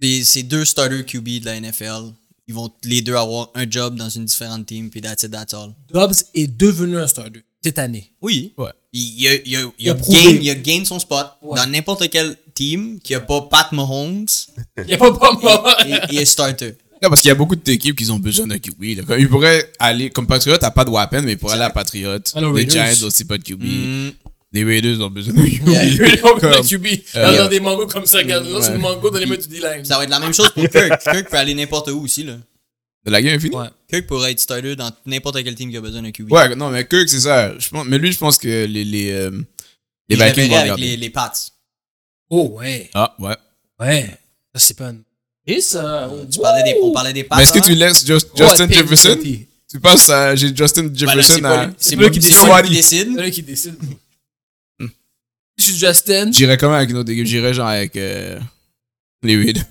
S4: les- ces deux starter QB de la NFL, ils vont les deux avoir un job dans une différente team, puis that's it, that's all.
S2: Dobbs est devenu un star 2 cette année.
S4: Oui.
S1: Ouais.
S4: Il, il a, il a- il
S2: Il a
S4: a
S2: prouvé.
S4: gain- il a gain son spot
S2: Ouais.
S4: dans n'importe quelle team qui a pas Pat Mahomes
S2: Il n'y a pas pas moi.
S4: et, et est starter.
S1: Non, parce qu'il y a beaucoup d'équipes qui ont besoin d'un QB. là. Comme, Ils pourraient aller, comme Patriot, t'as pas de weapon, mais ils pourraient aller à Patriot.
S2: Alors,
S1: Les
S2: Raiders.
S1: Giants aussi pas de QB.
S4: Mm.
S1: Les Raiders ont besoin d'un QB.
S2: Comme, QB, dans
S1: yeah.
S2: des mangos comme ça, regarde, là, c'est
S1: Ouais.
S2: le mango dans les mains du D-line.
S4: Ça va être la même chose pour Kirk. Kirk peut aller n'importe où aussi. Là.
S1: La game est finie?
S2: Ouais.
S4: Kirk pourrait être starter dans n'importe quelle team qui a besoin d'un QB.
S1: Ouais, non, mais Kirk, c'est ça. Je pense- mais lui, je pense que les, les, euh, les
S4: Et je le
S1: Vikings
S4: verrai
S1: vont
S4: avec
S1: regarder.
S4: les, les Pats.
S2: Oh, ouais.
S1: Ah, ouais.
S2: Ouais. Ça, c'est pas une. Et ça. oh.
S4: Tu parlais des, on parlait des Pats.
S1: Mais est-ce que
S4: hein?
S1: tu laisses Just- Justin Jefferson? Tu passes à j'ai Justin
S4: Ben là,
S1: Jefferson
S4: c'est pas
S1: à.
S4: lui- c'est
S2: lui
S4: moi
S2: qui
S4: qui
S2: décide. C'est
S4: décide.
S2: lui qui décide. Je suis Justin.
S1: J'irais comment avec une autre équipe? J'irais genre avec euh, les Raiders.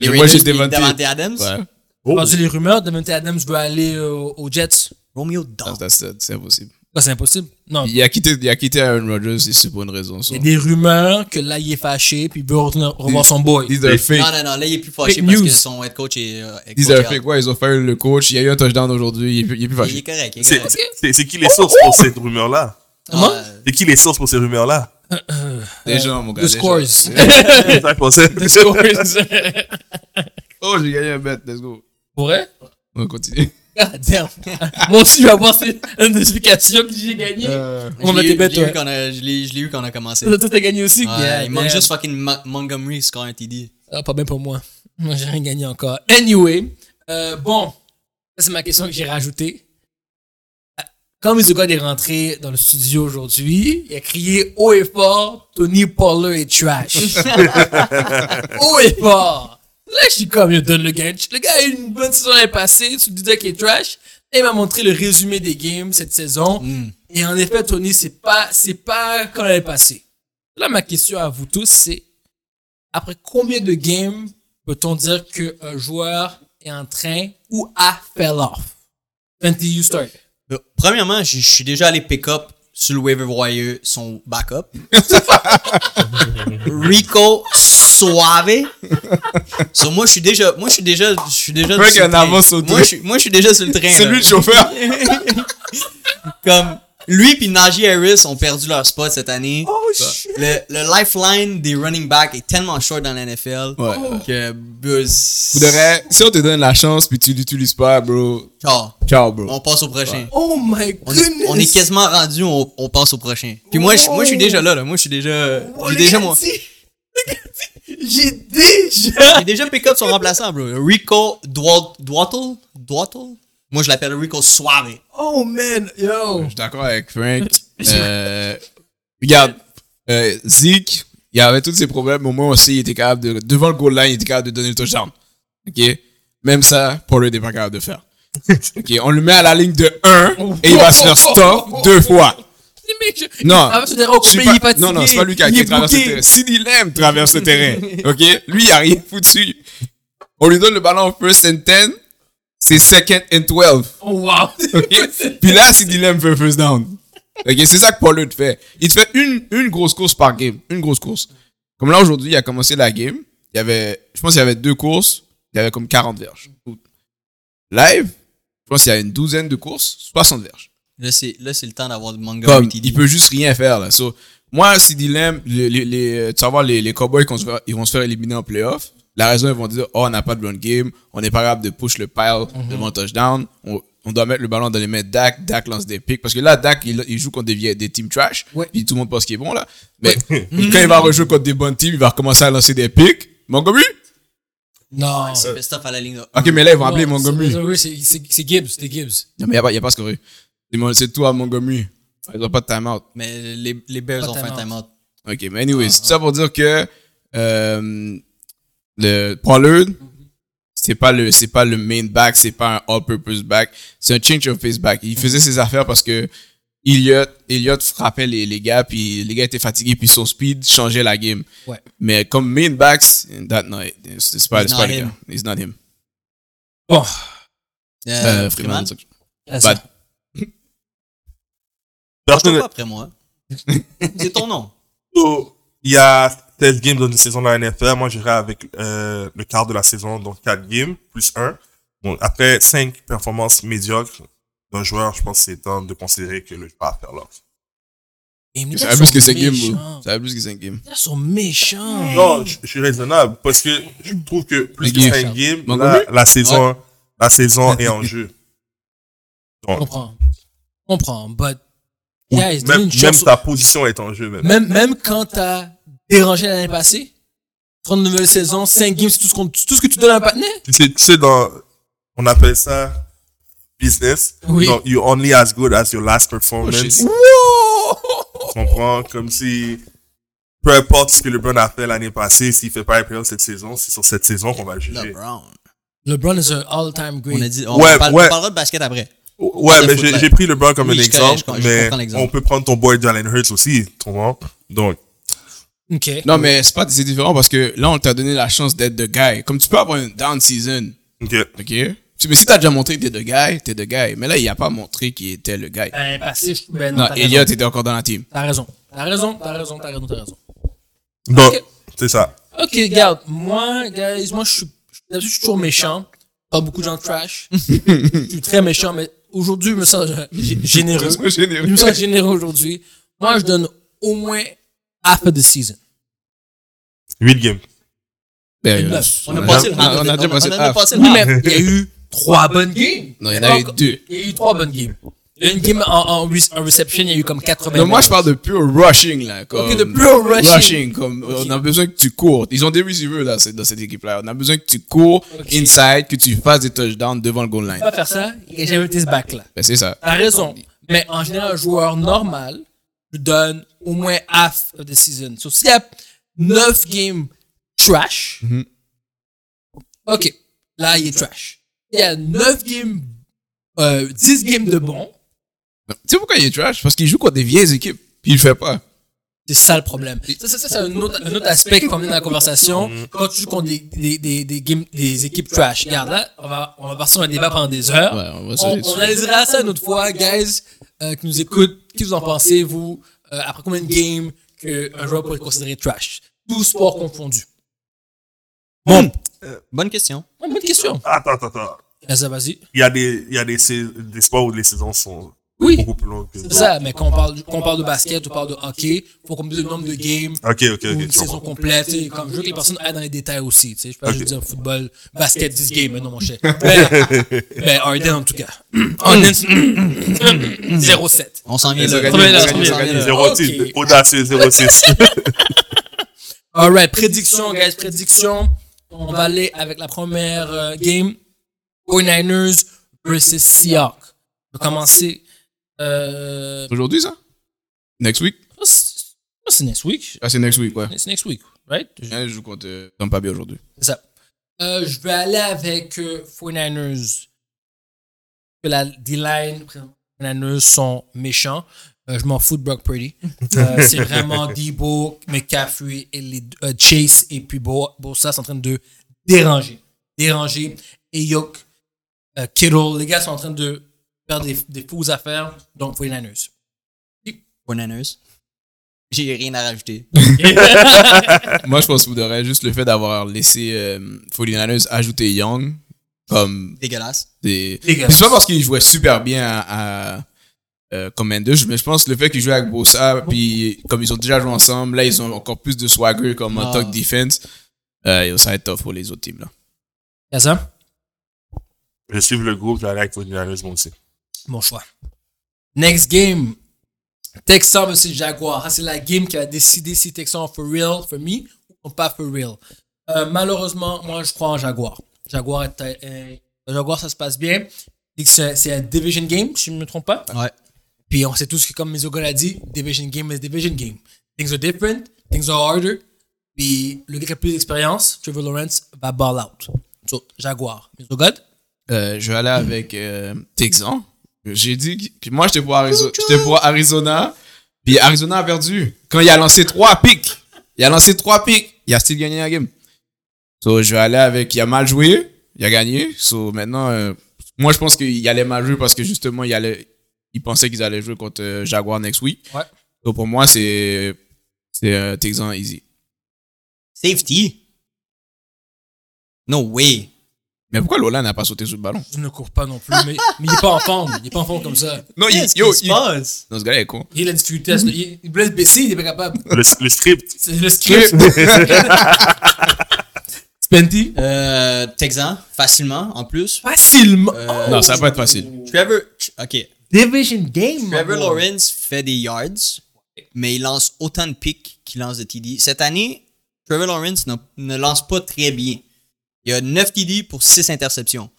S4: Les
S1: Moi, j'ai
S4: Raiders, puis
S1: Devante.
S4: Davante Adams.
S1: Ouais,
S2: J'ai les rumeurs. Devante Adams veut aller euh, aux Jets.
S4: Romeo
S1: ça,
S4: Dobbs.
S1: ça, ça, c'est impossible.
S2: Ça, c'est impossible. Non.
S1: Il a quitté, il a quitté Aaron Rodgers, et c'est pour une raison. so.
S2: Il y a des rumeurs que là, il est fâché, puis il veut retourner revoir son boy.
S1: These are
S4: Non,
S1: fake.
S4: non, non, là, il est plus fâché
S2: Fake
S4: parce
S2: news.
S4: que son head coach est. euh, head
S1: These
S4: coach
S1: are
S4: est out.
S1: fake. Ouais, ils ont fait le coach. Il y a eu un touchdown aujourd'hui. Il est plus- il est plus
S4: Il est
S1: fâché.
S4: correct. il est
S5: C'est-
S4: correct.
S5: c'est- C'est c'est qui les sources pour cette rumeur-là?
S2: Comment?
S4: Ah, euh,
S5: C'est qui les sources pour ces rumeurs-là?
S1: Des gens, mon gars.
S2: The
S1: des gens.
S2: scores.
S5: C'est ça que je pensais.
S2: The scores.
S1: Oh, j'ai gagné un bet. Let's go.
S2: Pour vrai?
S1: On continue.
S2: God damn. Moi aussi, je vais avoir cette- une explication que j'ai gagné.
S4: je
S2: On
S4: l'ai
S2: mettait
S4: Euh, eu-
S2: bête,
S4: je l'ai eu
S2: ouais.
S4: quand on a- Je l'ai je l'ai eu quand on a commencé.
S2: Toi, t'as gagné aussi.
S4: Ouais,
S2: Yeah,
S4: il manque
S2: damn.
S4: juste fucking Ma- Montgomery score un TD.
S2: Ça va pas bien pour moi. Moi, j'ai rien gagné encore. Anyway, euh, bon, ça c'est ma question que j'ai rajoutée. Ah, Quand Mizuga est rentré dans le studio aujourd'hui, il a crié haut et fort Tony Pollard est trash. haut et fort. Là, je suis comme, je donne le gain. Le gars a eu une bonne saison l'année passée, tu te disais qu'il est trash. Et il m'a montré le résumé des games cette saison.
S4: Hmm.
S2: Et en effet, Tony, c'est pas, c'est pas quand l'année passée. Là, ma question à vous tous, c'est après combien de games peut-on dire qu'un joueur est en train ou a fell off? 20 you start.
S4: Euh, Premièrement, je je suis déjà allé pick up sur le waiver wire son backup. Rico Suave. So, moi, je suis déjà, moi, je suis déjà, je suis déjà
S1: Mec,
S4: sur le
S1: en
S4: train.
S1: avance au
S4: Moi, je suis, moi, je suis déjà sur le train.
S1: C'est
S4: là.
S1: lui le chauffeur.
S4: Comme, lui puis Najee Harris ont perdu leur spot cette année. Le, le lifeline des running backs est tellement short dans la NFL
S1: Ouais.
S4: que Buzz.
S1: Pour de vrai, si on te donne la chance puis tu l'utilises pas, bro,
S4: Ciao.
S1: ciao, bro.
S4: On passe au prochain.
S2: Oh my
S4: On est,
S2: goodness!
S4: on est quasiment rendu, on, on passe au prochain. Puis moi, je, moi, je suis déjà là, là. Moi, je suis déjà,
S2: Oh,
S4: j'ai déjà, mon-
S2: J'ai déjà.
S4: j'ai déjà pick up son remplaçant, bro. Rico Dwal- Dwattle, Dwattle. Moi, je l'appelle Rico Suave.
S2: Oh man, yo.
S1: Je suis d'accord avec Frank. Euh, regarde, euh, Zeke, il avait tous ses problèmes, mais au moins aussi, il était capable de, devant le goal line, il était capable de donner le touchdown. OK? Même ça, Paul Rudd n'est pas capable de faire. OK? On le met à la ligne de 1 et il va se faire stop deux fois.
S2: Les mecs, je-
S1: Non.
S2: Ah, je dirais, oh,
S1: C'est
S2: mais
S1: pas-
S2: il est fatigué,
S1: non, non, c'est pas lui qui, a,
S2: il
S1: qui
S2: est
S1: traverse le
S2: bouqué.
S1: terrain. Sidney Lamb traverse le terrain. OK? Lui, il a rien foutu. On lui donne le ballon en first and 10. C'est second and 12.
S2: Oh wow.
S1: OK? Puis là, Sidney Lamb fait first down. OK? C'est ça que Pollard fait. Il te fait une, une grosse course par game. Une grosse course. Comme là, aujourd'hui, il a commencé la game. Il y avait, je pense qu'il y avait deux courses. Il y avait comme 40 verges. Live, je pense qu'il y a une douzaine de courses, 60 verges
S4: Là, c'est, là, c'est le temps d'avoir du manga.
S1: comme
S4: OTD.
S1: il peut juste rien faire là. So, moi, si Dilem, les, les, les- tu vas voir, les, les Cowboys, quand ils vont se faire- ils vont se faire éliminer en playoff, la raison, ils vont dire, oh, on n'a pas de run game, on n'est pas capable de push le pile
S2: Mhm.
S1: devant touchdown, on, on doit mettre le ballon dans les mains de Dak, Dak lance des picks. Parce que là, Dak, il, il joue contre des, vieilles- des teams trash,
S2: Ouais.
S1: puis tout le monde pense qu'il est bon là. Mais quand il va rejouer contre des bonnes teams, il va recommencer à lancer des picks. Montgomery?
S2: Non.
S4: Il fait stuff à la ligne.
S1: Ok, mais là, ils vont appeler
S2: Non,
S1: Montgomery.
S2: c'est- c'est- C'est c'est Gibbs, c'était Gibbs.
S1: Non, mais il n'y a, pas scoré. C'est toi, Montgomery. Ils n'ont pas de timeout.
S4: Mais les, les Bears
S2: Pas
S4: ont fait un timeout.
S1: OK, mais anyways,
S4: Ah,
S1: tout ça pour dire que euh, le Pollard, c'est pas le c'est pas le main back, c'est pas un all-purpose back, c'est un change of pace back. Il faisait ses affaires parce que Elliott, Elliott frappait les, les gars, puis les gars étaient fatigués, puis son speed changeait la game.
S2: Ouais.
S1: Mais comme main back, c'est- that night, c'est c'est pas,
S4: It's
S1: c'est pas
S4: not
S1: le
S4: him.
S1: gars. It's not him.
S2: Bon.
S4: Euh,
S1: Euh,
S4: Freeman.
S1: Freeman.
S4: Je
S1: Bad.
S5: Personne-
S4: pas après moi. c'est ton nom.
S5: So, il y a 16 games dans une saison de la NFL. Moi, j'irai avec euh, le quart de la saison, donc 4 games, plus 1. Bon, après 5 performances médiocres d'un joueur, je pense que c'est temps de considérer que le joueur va faire l'offre.
S1: C'est un plus que c'est game, bro. C'est un plus que c'est game.
S2: Ils sont méchants.
S5: Non, je je suis raisonnable parce que je trouve que plus que
S1: Game.
S5: 5 games,
S1: Montgomery?
S5: là, la saison, la saison est en jeu.
S2: On comprend. On comprend, but.
S5: Ou
S2: Yeah, ils donnent
S5: même,
S2: une
S5: même
S2: chance au-
S5: ta position est en jeu, même.
S2: Même, même quand t'as dérangé l'année passée, 30 nouvelles saisons, 5 games, c'est tout ce, qu'on- tout ce que tu donnes à un patinet.
S5: Tu sais, tu sais, dans, on appelle ça business.
S2: Oui.
S5: Donc, you're only as good as your last
S1: Oh,
S5: performance.
S1: shit.
S2: Oh,
S5: Tu comprends? Comme si, peu importe ce que LeBron a fait l'année passée, s'il fait pas les playoffs cette saison, c'est sur cette saison qu'on va le juger.
S4: LeBron.
S2: LeBron is an all-time
S4: On a
S2: great.
S4: dit, on,
S5: Ouais,
S4: parle-
S5: ouais.
S4: on parlera de basket après.
S5: Ouais, mais
S4: faut
S5: j'ai
S4: faire.
S5: j'ai pris LeBron comme
S4: Oui,
S5: un
S4: je connais, je
S5: exemple,
S4: comprends- je
S5: mais
S4: comprends l'exemple.
S5: on peut prendre ton boy Jalen Hurts aussi, tu comprends? Donc,
S2: Ok.
S1: Non, mais c'est pas c'est différent parce que là, on t'a donné la chance d'être the guy. Comme tu peux avoir une down season,
S5: ok.
S1: OK? Si- Mais si t'as déjà montré que t'es the guy, t'es the guy. Mais là, il a pas montré qu'il était le guy.
S2: L'année passée, je- ben non,
S1: Non,
S2: Euh, t'as raison.
S1: Elliott était encore dans la team.
S2: T'as raison. T'as raison, t'as raison, t'as raison, t'as raison.
S5: Donc,
S2: Ok.
S5: c'est ça.
S2: Ok, regarde, moi, guys, moi, je suis, d'habitude, je suis toujours méchant. Pas beaucoup de gens trash. je suis très méchant, mais aujourd'hui, je me sens euh, gé- généreux.
S1: Parce que
S2: Je me sens généreux aujourd'hui. Moi, je donne au moins half of the season.
S5: 8 games.
S1: Ben,
S2: Neuf.
S1: euh,
S4: On a passé le
S1: on a-
S4: half.
S1: on a déjà passé
S4: on
S1: le Ah.
S4: a
S1: half.
S4: passé le
S2: Oui,
S4: half.
S2: mais il y a eu trois bonnes games.
S1: Non, il y en a eu
S2: Encore-
S1: deux.
S2: Il y a eu trois bonnes games. Une game en, en re- en reception, il y a eu comme 80
S1: Non, moi, je parle de pure rushing, là. Comme
S2: Ok, de pure rushing.
S1: comme euh, on a besoin que tu cours. Ils ont des receivers là, c'est- dans cette équipe-là. On a besoin que tu cours
S2: Ok. Ah.
S1: inside, que tu fasses des touchdowns devant le goal line.
S2: pas faire ça, il n'y a jamais été ce back-là.
S1: Ben, c'est ça.
S2: T'as raison. Mais en général, un joueur normal lui donne au moins half of the season. So, s'il y a 9 games trash,
S1: Mhm.
S2: OK, là, il est trash. Il y a 9 games, euh, 10 games de bons,
S1: Tu sais pourquoi il est trash? Parce qu'il joue contre des vieilles équipes. Puis il le fait pas.
S2: c'est ça le problème. Ça, ça, ça, c'est un autre, un autre aspect qu'on met dans la conversation. Quand tu joues contre des, des, des, des, games- des équipes trash, regarde là, on va, on va partir sur un débat pendant des heures.
S1: Ouais, on va se-
S2: Ah. on, on analysera ça une autre fois, guys, euh, qui nous écoutent, qu'est-ce que vous en pensez, vous, euh, après combien de games qu'un joueur pourrait être considéré trash? Tout sport confondu. Bon,
S4: Bonne question.
S2: oh, bonne question.
S5: Attends, attends, attends.
S2: Vas-y, vas-y.
S5: Il y a des, il y a des, sais- des sports où les saisons sont
S2: Oui,
S5: beaucoup plus longues que
S2: c'est
S5: d'autres.
S2: ça, mais quand on parle, quand on parle de basket, on parle de hockey, faut qu'on me dise le nombre de games
S5: Ok, ok,
S2: ou
S5: ok.
S2: une
S5: tu
S2: saison
S5: comprends.
S2: complète. tu sais, Comme je veux que les personnes aillent dans les détails aussi. tu sais, Je peux pas
S5: Ok.
S2: juste dire football, basket, 10 games, mais non, mon cher. Mais, mais Harden, en tout cas. Harden, 0-7.
S4: On s'en vient
S1: Les
S4: là.
S1: organismes,
S4: On
S1: les
S4: s'en vient là.
S1: organismes.
S2: Ok.
S5: 06, audacieux 06.
S2: Alright, prédiction, guys, prédiction. On va aller avec la première euh, game. 49ers versus Seahawks. On va commencer. Euh,
S1: Aujourd'hui, ça? Next week?
S2: oh, c'est oh, c'est next week.
S1: Ah, c'est next week, ouais.
S2: C'est next week, right? C'est
S1: Je joue contre euh, Tampa Bay aujourd'hui.
S2: ça. Euh, je vais aller avec euh, 49ers. Que la D-line, 49ers sont méchants. Euh, je m'en fous de Brock Purdy. Euh, c'est vraiment Debo, McCaffrey, et les, euh, Chase et puis Bo- Bosa sont en train de déranger. Déranger. Et Yoke, euh, Kittle, les gars sont en train de faire des, des fausses affaires. Donc, 49ers.
S4: Bananas. J'ai rien à rajouter.
S1: Moi, je pense que vous devrez juste le fait d'avoir laissé euh, 49ers ajouter Young comme
S4: Dégueulasse.
S1: des.
S2: Dégueulasse.
S1: C'est pas parce qu'il jouait super bien à, à euh, Commanders, mais je pense que le fait qu'ils jouent avec Bossa, puis comme ils ont déjà joué ensemble, là, ils ont encore plus de swagger comme en
S4: Ah.
S1: talk defense. Euh, yo, ça va être tough pour les autres teams. Là.
S2: Gaza,
S5: Je suis le groupe, j'allais avec Vodinaris, moi aussi.
S2: mon choix. Next game. Texan versus Jaguar. Ah, c'est la game qui va décider si Texan for real, for me, ou pas for real. Euh, malheureusement, moi, je crois en Jaguar. Jaguar, est, euh, Jaguar ça se passe bien. C'est c'est un division game, si je ne me trompe pas.
S4: Ouais.
S2: Puis on sait tous que, comme Mizogol a dit, division game is division game. Things are different, things are harder. Puis le gars qui a plus d'expérience, Trevor Lawrence, va ball out. So, Jaguar. Mizogod?
S1: Euh, je vais aller avec euh, Texan. J'ai dit que moi, j'étais pour, Arizo- j'étais pour Arizona. Puis Arizona a perdu. Quand il a lancé trois pics, il a lancé trois pics, il a still gagné la game. So, je vais aller avec. Il a mal joué, il a gagné. So, maintenant, euh, moi, je pense qu'il allait mal jouer parce que justement, il, allait, il pensait qu'ils allaient jouer contre euh, Jaguar next week.
S2: Ouais.
S1: So, pour moi, c'est c'est, euh, Texan easy.
S4: Safety. No way.
S1: Mais pourquoi Lola n'a pas sauté sur le ballon
S2: Je ne cours pas non plus, mais, mais il n'est pas en forme. Il n'est pas en forme comme ça.
S1: Non, il,
S4: Qu'est-ce
S1: yo,
S4: qui se
S1: il-
S4: passe?
S1: non, ce gars-là est con.
S2: Il a une difficulté à se. Il il blesse BC, il n'est pas capable.
S5: Le, le script,
S2: C'est le script. Spenty.
S4: Euh, Texan, facilement, en plus.
S2: Facilement.
S4: Euh,
S1: Non, ça va pas être facile.
S4: Trevor, ok.
S2: Division game.
S4: Trevor
S2: mon gars.
S4: Lawrence fait des yards, mais il lance autant de picks qu'il lance de TD. Cette année, Trevor Lawrence n'a- ne lance pas très bien. Il a 9 TD pour 6 interceptions.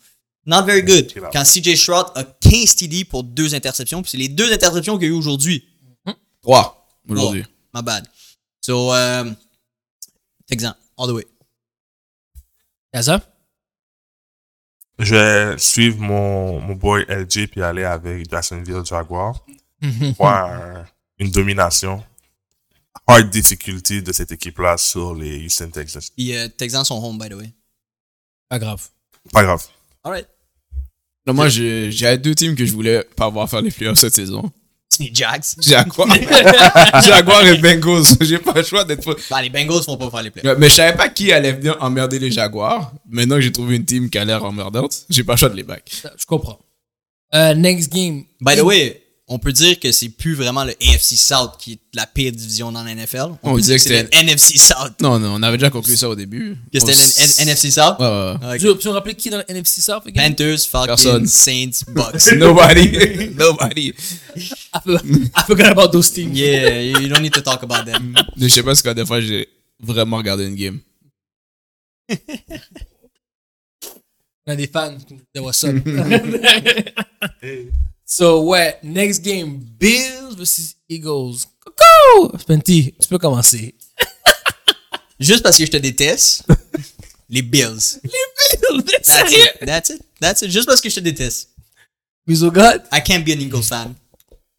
S4: Not very good.
S5: C'est bon.
S4: Quand CJ Stroud a 15 TD pour 2 interceptions, puis c'est les deux interceptions qu'il y a eu aujourd'hui.
S1: Mhm. Trois aujourd'hui.
S4: Oh, my bad. So, euh, Texan, all the way.
S2: Gaza.
S5: je vais suivre mon, mon boy LJ puis aller avec Jacksonville Jaguar. Pour un- une domination. Hard difficulty de cette équipe-là sur les Houston Texans.
S4: Puis, euh, Texans sont home, by the way.
S2: Pas grave.
S5: Pas grave.
S4: All right.
S1: Non, moi, j'ai j'ai deux teams que je voulais pas voir faire les playoffs cette saison.
S4: C'est Jags.
S1: Jaguar. Jaguar et Bengals. J'ai pas le choix d'être.
S4: Bah, les Bengals vont pas faire les playoffs.
S1: Mais je savais pas qui allait venir emmerder les Jaguars. Maintenant que j'ai trouvé une team qui a l'air emmerdante, j'ai pas le choix de les back.
S2: Je comprends. Euh, next game.
S4: By the way, on peut dire que c'est plus vraiment le AFC South qui est la pire division dans la NFL.
S1: On
S4: peut
S1: disait
S4: dire
S1: que
S4: c'est
S1: c'était-
S4: le NFC South.
S1: Non, non, on avait déjà conclu ça au début.
S4: Que c'était
S1: On
S4: le
S1: s-
S4: N- NFC South.
S1: Ouais, ouais, ouais.
S4: Ok. Ben-
S2: Tu veux tu veux me rappeler qui est dans le NFC South? again?
S4: Panthers, Falcons,
S1: Personne.
S4: Saints, Bucks.
S1: Nobody. Nobody.
S2: I for- I forgot about those teams.
S4: yeah, you don't need to talk about them.
S1: Je sais pas ce que la dernière fois j'ai vraiment regardé une game.
S2: On a des fans. That was up. so, ouais, next game. Bills versus Eagles. Coucou! Spenty, tu peux commencer.
S4: Juste parce que je te déteste, les Bills.
S2: Bills, t'es
S4: That's
S2: sérieux?
S4: it. That's it. That's it. Juste parce que je te déteste.
S2: Miso God?
S4: I can't be an Eagles fan.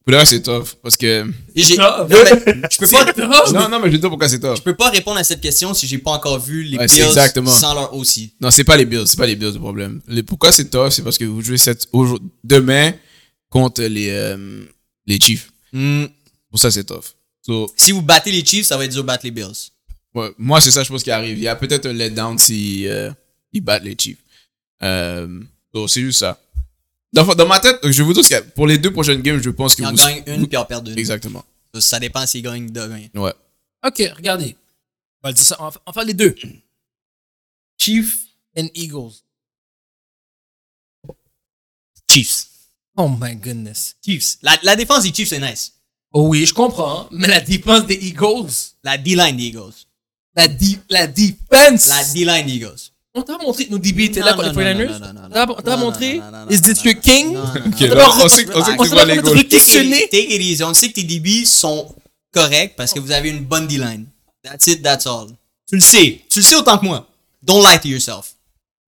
S1: Pour le reste, c'est tough. Parce que.
S4: J'ai-
S2: tough.
S4: Non, Ah, mais je peux pas.
S1: Non, non, mais je dis pourquoi c'est tough.
S4: Je peux pas répondre à cette question si j'ai pas encore vu les
S1: Ouais, c'est
S4: Bills
S1: exactement.
S4: sans leur aussi.
S1: Non, c'est pas les Bills, c'est pas les Bills le problème. Le, pourquoi c'est tough, c'est parce que vous jouez cette, aujourd- demain contre les, euh, les Chiefs. Pour ça, c'est tough. So,
S4: Hmm. Si vous battez les Chiefs, ça va être dur de battre les Bills.
S1: ouais, moi, c'est ça, je pense, qui arrive. Il y a peut-être un letdown si euh, ils battent les Chiefs. Euh, so, c'est juste ça. Dans, dans ma tête, je vous dis que pour les deux prochaines games, je pense que
S4: Ils en
S1: vous.
S4: gagnent une puis en perdent une.
S1: Exactement.
S4: Ça dépend s'ils gagnent demain.
S1: Ouais.
S2: Ok, regardez. On va, dire ça, on va fa- on va faire les deux. Chiefs and Eagles.
S4: Chiefs.
S2: Oh my goodness.
S4: Chiefs. La, la défense des Chiefs, c'est nice.
S2: Oh oui, je comprends, mais la défense des Eagles.
S4: La D-line des Eagles.
S2: La, di- la defense.
S4: La D-line des Eagles.
S2: on t'a pas montré que nos DB étaient là
S4: Non,
S2: contre les
S4: non, non,
S2: 49ers?
S4: non, non, non,
S2: On t'a pas- on t'a pas
S4: non, non,
S2: montré
S4: non, non, non,
S2: les
S4: non,
S2: District
S4: non,
S2: King?
S4: non, non, non,
S1: Ok,
S4: non,
S1: là,
S2: non,
S1: on sait, on sait que
S2: on
S1: c'est
S2: sait
S1: quoi
S2: pas
S1: les
S2: comment
S1: goals.
S2: te
S4: Take it easy.
S2: questionner.
S4: Take it easy. On sait que tes DB sont corrects parce que vous avez une bonne D-line. That's it, that's all. Tu le sais. Tu le sais autant que moi. Don't lie to yourself.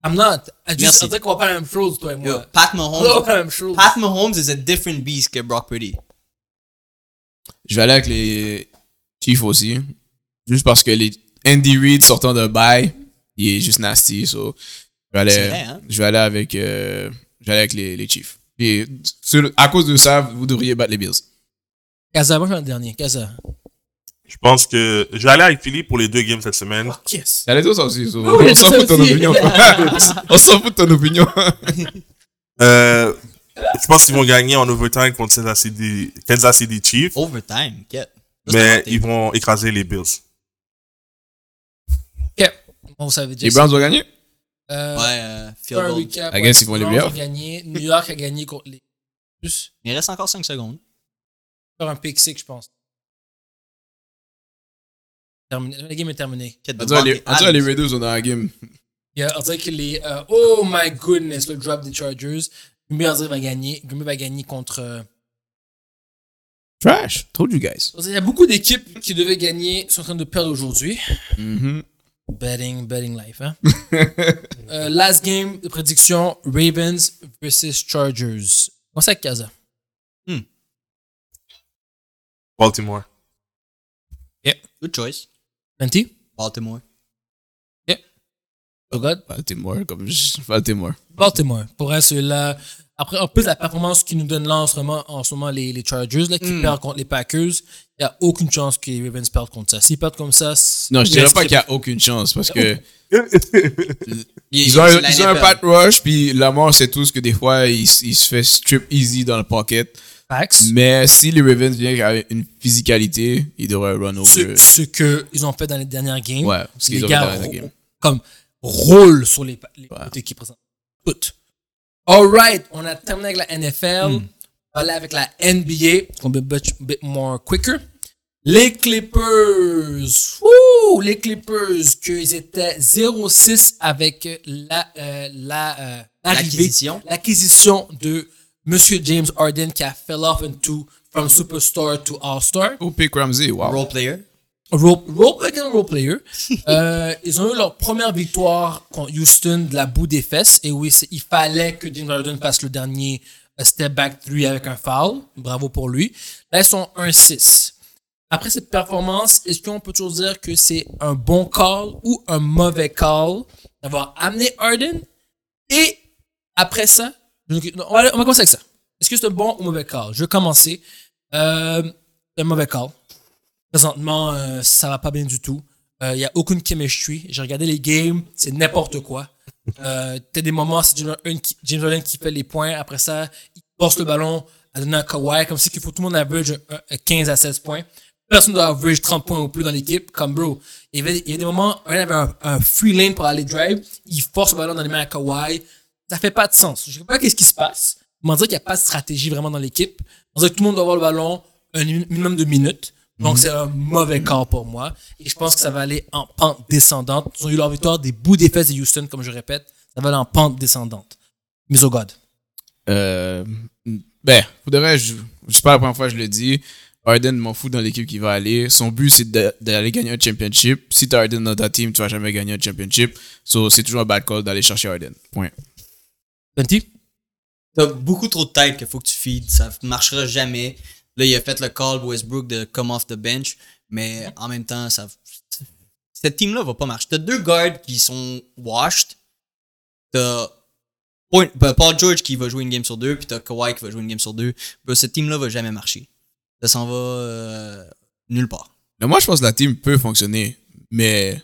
S2: I'm not. I just,
S4: Merci.
S2: on dirait qu'on va pas la même chose, toi et
S4: Yo,
S2: moi.
S4: Pat
S2: On va
S4: Mahomes.
S2: pas la même chose.
S4: Pat Mahomes is a different beast que Brock Purdy.
S1: Je vais aller avec les Chiefs aussi. Juste parce que les Andy Reid sortant d'un bail, il est juste nasty. So, je vais aller,
S4: C'est vrai, hein?
S1: je vais aller avec, euh, je vais aller avec les, les Chiefs. Et sur- à cause de ça, vous devriez battre les Bills.
S2: Kaza, moi je suis en dernier. Kaza.
S5: Je pense que je vais aller avec Philippe pour les deux games cette semaine.
S2: Yes.
S1: Ça allait tout ça aussi.
S4: Ah
S1: so,
S2: Oui,
S1: on s'en
S2: ça
S1: fout de ton
S2: aussi.
S1: opinion. on s'en fout de ton opinion.
S5: Euh, je pense qu'ils vont gagner en overtime contre Kansas City, Kansas City Chiefs,
S4: Overtime, quête. Juste
S5: mais
S4: raté.
S5: ils vont écraser les Bills.
S2: Ok. Bon, vous savez déjà.
S1: les
S2: ça.
S1: Browns ont gagné.
S2: Euh,
S4: Ouais, euh,
S2: faire un
S4: field goal.
S2: recap,
S1: I guess
S2: ouais,
S1: ils font les
S2: Browns
S1: playoffs.
S2: ont gagné. New York a gagné contre les. Plus
S4: Il reste encore 5 secondes.
S2: faire un pick six, je pense. Terminé. La game est terminée.
S4: Quête de
S1: On dirait les-
S4: Brock
S1: on dirait les
S4: Adams.
S1: Raiders ont dans la game.
S2: Yeah, on dirait que les. euh, oh my goodness, le drop des Chargers. Green Bay, on dirait, va gagner. Green Bay va gagner contre. euh,
S1: Trash. Told you guys.
S2: Il y a beaucoup d'équipes qui devaient gagner, sont en train de perdre aujourd'hui.
S1: Mhm.
S2: Betting, betting life, hein. Euh, last game de prédiction, Ravens versus Chargers. On à Kaza.
S5: Baltimore.
S4: Good choice.
S2: Plenty?
S4: Baltimore.
S2: Oh God.
S1: Baltimore, comme je- Baltimore.
S2: Baltimore. Pour être là Après, en plus, la performance qu'ils nous donnent là en ce moment, en ce moment les, les Chargers, là, qui perdent contre les Packers, il n'y a aucune chance que les Ravens perdent contre ça. S'ils perdent comme ça, c'est-
S1: Non, je dirais pas
S2: c'est-
S1: qu'il y a aucune chance parce que.
S4: Il-
S1: Ils ont, un-
S4: c'est la
S1: ils ont un
S4: NFL.
S1: pat rush, puis Lamar, c'est tout ce que des fois, il, s- il se fait strip easy dans le pocket.
S2: Packs.
S1: Mais si les Ravens viennent avec une physicalité, ils devraient run
S2: Ce,
S1: over.
S2: ce qu'ils ont fait dans les dernières games.
S1: Ouais, ce qu'ils
S2: les
S1: ont fait
S2: gars
S1: dans les
S2: ro-
S1: games.
S2: comme roulent sur les, pa- les autres équipes présentes. Toutes. All right, on a terminé avec la
S1: Hmm.
S2: NFL. On va aller avec la NBA, qu'on peut bit, bit more quicker. Les Clippers. Ouh, les Clippers, qu'ils étaient 0-6 avec la, euh, la, euh, l'arrivée-
S4: L'acquisition.
S2: l'acquisition de Monsieur James Harden qui a fell off into from superstar to all-star
S1: Au pick Ramsey, wow.
S4: Role player.
S2: role, role, avec un role player. Euh, ils ont eu leur première victoire contre Houston de la boue des fesses. Et oui, c'est- il fallait que James Harden fasse le dernier euh, step back 3 avec un foul. Bravo pour lui. Là, ils sont 1-6. Après cette performance, est-ce qu'on peut toujours dire que c'est un bon call ou un mauvais call d'avoir amené Harden? Et après ça, donc, on va, on va commencer avec ça. Est-ce que c'est un bon ou mauvais call? Je vais commencer. Euh, c'est un mauvais call. Présentement, euh, ça va pas bien du tout. Il n'y a aucune chemistry. J'ai regardé les games, c'est n'importe quoi. Euh, T'as des moments, c'est James Harden qui- James Harden qui fait les points. Après ça, il force le ballon à donner à Kawhi, comme si qu'il faut tout le monde average un- un 15 à 16 points. Personne doit average 30 points ou plus dans l'équipe. Comme bro, il y avait, il y a des moments où il avait un, un free lane pour aller drive, il force le ballon dans les mains à Kawhi. Ça fait pas de sens. Je sais pas qu'est-ce qui se passe. Mais on dirait qu'il n'y a pas de stratégie vraiment dans l'équipe. On dirait que tout le monde doit avoir le ballon un mi- minimum de minutes. Donc, c'est un mauvais corps pour moi. Et je pense que ça va aller en pente descendante. Ils ont eu leur victoire des bouts des fesses de Houston, comme je répète. Ça va aller en pente descendante. Mise au God.
S1: Euh, ben, pour de vrai, je, je sais pas la première fois que je le dis. Harden m'en fout dans l'équipe qui va aller. Son but, c'est d'a- d'aller gagner un championship. Si t'as Harden dans ta team, tu vas jamais gagner un championship. So, c'est toujours un bad call d'aller chercher Harden. Point.
S2: Fenty?
S4: T'as beaucoup trop de tête qu'il faut que tu feed. Ça marchera jamais. Là, il a fait le call Westbrook de come off the bench. Mais en même temps, ça. Cette team-là va pas marcher. T'as deux guards qui sont washed. T'as Point- ben, Paul George qui va jouer une game sur deux. Puis t'as Kawhi qui va jouer une game sur deux. Ben, cette team-là va jamais marcher. Ça s'en va euh, nulle part.
S1: Mais moi, je pense que la team peut fonctionner. Mais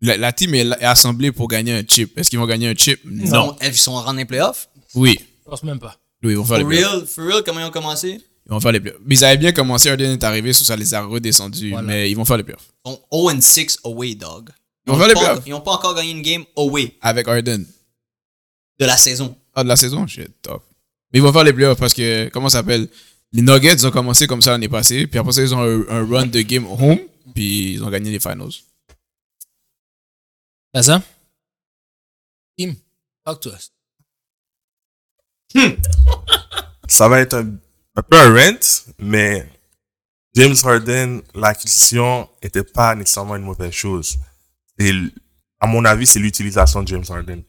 S1: la, la team est, est assemblée pour gagner un chip. Est-ce qu'ils vont gagner un chip?
S4: Ils
S1: Non.
S4: sont- Ils sont en rang playoffs.
S1: Oui.
S2: Je pense même pas.
S1: Oui, ils vont faire
S4: For
S1: les playoffs.
S4: real, for real, comment ils ont commencé?
S1: Ils vont faire les playoffs. Mais ils avaient bien commencé, Harden est arrivé, so ça les a redescendus.
S2: Voilà.
S1: Mais ils vont faire les playoffs.
S4: Ils sont 0-6 away, dog.
S1: Ils vont faire les
S4: pas-
S1: playoffs
S4: ils ont pas encore gagné une game away
S1: avec Harden.
S4: de la saison.
S1: Ah, de la saison? Shit, top. Mais ils vont faire les playoffs parce que, comment ça s'appelle? Les Nuggets ont commencé comme ça l'année passée, puis après ça, ils ont un, un run de game home, puis ils ont gagné les finals.
S2: Pas ça? Tim, talk to us.
S5: ça va être un, un peu un rent, mais James Harden, l'acquisition n'était pas nécessairement une mauvaise chose. Et l- à mon avis, c'est l'utilisation de James Harden.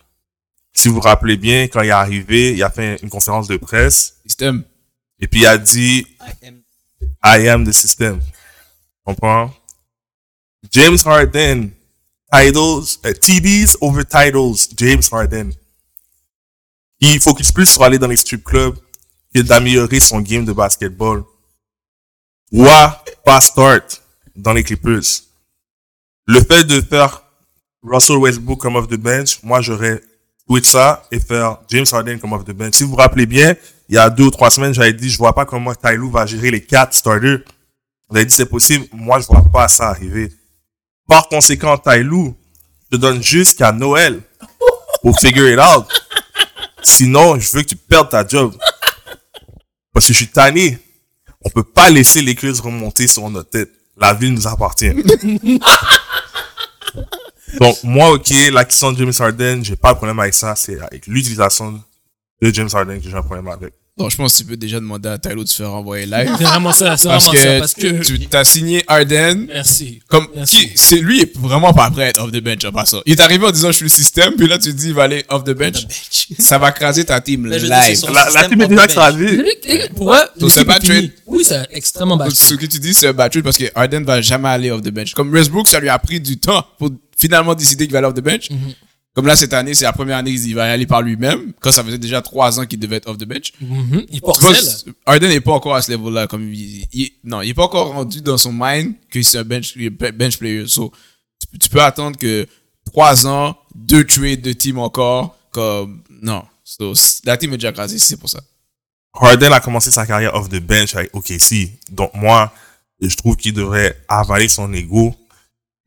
S5: Si vous vous rappelez bien, quand il est arrivé, il a fait une conférence de presse
S1: Système.
S5: et puis il a dit
S4: I am-
S5: I am the system. Comprends? James Harden. Titles, euh, TDs over titles, James Harden. Il focus plus sur aller dans les strip clubs que d'améliorer son game de basketball. Roi, pas start dans les Clippers. Le fait de faire Russell Westbrook comme off the bench, moi j'aurais tweet ça et faire James Harden comme off the bench. Si vous vous rappelez bien, il y a deux ou trois semaines, j'avais dit, je vois pas comment Tyloo va gérer les quatre starters. Vous avez dit, c'est possible. Moi, je vois pas ça arriver. Par conséquent, Tyloo, je te donne jusqu'à Noël pour figure it out. Sinon, je veux que tu perdes ta job. Parce que je suis tanné. On peut pas laisser l'écluse remonter sur notre tête. La ville nous appartient. Donc, moi, ok, l'acquisition de James Harden, j'ai pas de problème avec ça. C'est avec l'utilisation de James Harden que j'ai un problème avec.
S1: Donc, je pense que tu peux déjà demander à Tylo de se faire envoyer live.
S2: C'est vraiment ça, c'est
S1: parce,
S2: vraiment
S1: que
S2: ça. Parce que.
S1: tu t'as signé Harden.
S2: Merci.
S1: Comme,
S2: Merci.
S1: qui, c'est lui, il est vraiment pas prêt à être off the bench, à part ça. Il est arrivé en disant je suis le système, puis là, tu dis il va aller off the bench. Ça va craser ta team
S4: Mais je veux dire, c'est
S1: live.
S4: son
S5: La, la
S4: système
S5: team est
S4: off the
S5: déjà
S4: bench.
S5: extraviée.
S2: Pour eux,
S1: Donc, c'est
S2: l'équipe
S1: pas
S2: est finie.
S1: trade.
S2: Oui, c'est extrêmement bas.
S1: Donc, Ce que tu dis, c'est un battery parce que Harden va jamais aller off the bench. Comme Westbrook, ça lui a pris du temps pour finalement décider qu'il va aller off the bench. Comme là, cette année, c'est la première année qu'il va y aller par lui-même, quand ça faisait déjà trois ans qu'il devait être off the bench.
S2: Mhm, Il
S1: Je pense
S2: porcelle.
S1: que Harden n'est pas encore à ce level-là. Comme il, il- non, il n'est pas encore rendu dans son mind que c'est un bench, il est be- bench player. So, tu, peux- tu peux attendre que trois ans, deux trades, deux teams encore. Comme, non. So, c- la team est déjà crasée, c'est pour ça.
S5: Harden a commencé sa carrière off the bench avec OKC. Donc moi, je trouve qu'il devrait avaler son ego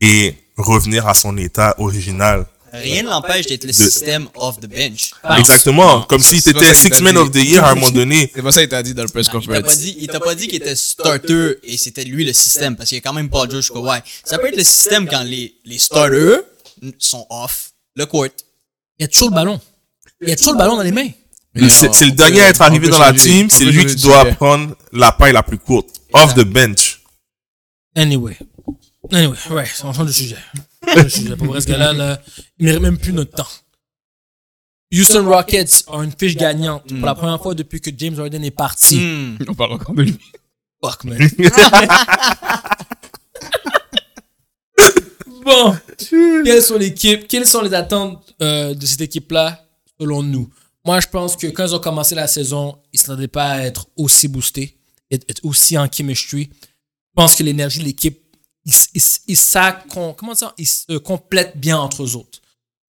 S5: et revenir à son état original.
S4: Rien ne l'empêche d'être le système off the bench.
S5: Exactement, comme
S1: C'est-
S5: si
S1: c'est pas
S5: c'était
S1: Ah, ça qu'il
S5: Six
S1: t'a
S5: Men
S1: dit.
S5: of the Year à un moment donné.
S1: C'est pas ça qu'il t'a dit dans le press
S4: Ah, Il t'a pas
S1: conference.
S4: dit, il t'a pas dit qu'il était starter et c'était lui le système parce qu'il y a quand même pas de jeu Kawhi. Ça peut être le système quand les, les starters sont off le court.
S2: Il y a toujours le ballon. Il y a toujours le ballon dans les mains.
S1: Mais
S5: C'est
S1: non,
S5: c'est le
S1: on
S5: dernier
S1: peut-
S5: à être
S1: on
S5: arrivé
S1: peut
S5: dans la
S1: changer- on
S5: team, c'est
S1: peut
S5: lui
S1: changer
S5: qui
S1: de
S5: doit
S1: sujet.
S5: prendre la paille la plus courte. Off the bench.
S2: Anyway. Anyway, ouais, on change de sujet. On change de sujet. Pour vrai, ce gars-là, là, il mérite même plus notre temps. Houston Rockets ont une fiche gagnante pour la première fois depuis que James Harden est parti.
S4: Hmm.
S1: On parle encore de lui.
S2: Fuck, man. bon, quelles sont l'équipe, quelles sont les attentes euh, de cette équipe-là selon nous Moi, je pense que quand ils ont commencé la saison, ils ne s'attendaient pas à être aussi boostés, être, être aussi en chemistry. Je pense que l'énergie de l'équipe, ils, s- ils, s- ils s'accom- comment dire, ils se complètent bien entre eux autres.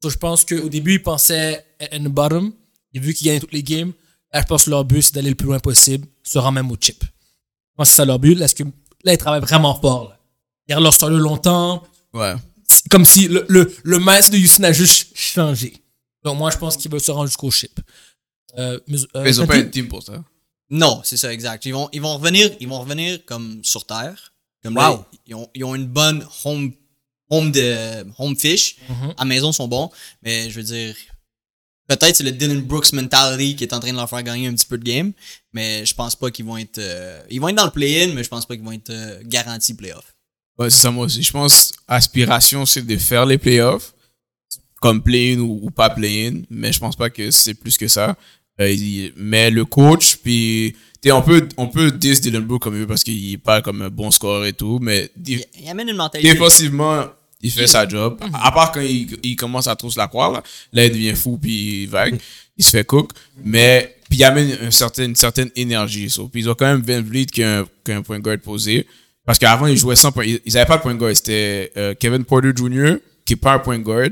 S2: Donc, je pense qu'au début, ils pensaient in the bottom. Et vu qu'ils gagnaient toutes les games, là, je pense que leur but, c'est d'aller le plus loin possible. se rend même au chip. Moi, c'est ça leur but. Là, parce que, là ils travaillent vraiment fort. Là. Ils leur sérieux longtemps.
S1: Ouais.
S2: C'est comme si le, le, le mindset de Houston a juste changé. Donc, moi, je pense qu'ils veulent se rendre jusqu'au chip. Euh, mais, euh,
S1: Mais ils ont pas
S2: Fenty-
S1: une team pour ça.
S4: Non, c'est ça, exact. Ils vont, ils vont revenir, ils vont revenir comme sur terre. Comme
S2: Wow.
S4: là, ils ont, ils ont une bonne home, home de, home fish. À maison, ils sont bons. Mais je veux dire, peut-être c'est le Dylan Brooks mentality qui est en train de leur faire gagner un petit peu de game. Mais je pense pas qu'ils vont être, euh, ils vont être dans le play-in, mais je pense pas qu'ils vont être euh, garantis play-off.
S1: Ouais, c'est ça, moi aussi. Je pense, aspiration, c'est de faire les playoffs, comme play-in ou, ou pas play-in, mais je pense pas que c'est plus que ça. Euh, il- mais le coach, puis, t'es, on peut, on peut diss Dylan Brooks comme il veut parce qu'il est pas comme un bon scoreur et tout, mais dé-
S4: Il, il amène une mentalité.
S1: défensivement, il fait sa job. À part quand il, il commence à trop se la croire, là, là, il devient fou, puis il vague, il se fait cook, mais, puis il amène une certaine, une certaine énergie. so. Puis ils ont quand même Van Vliet qui a un, qui a un point guard posé. Parce qu'avant, ils jouaient sans point. Ils n'avaient pas de point guard. C'était euh, Kevin Porter Jr., qui n'est pas un point guard.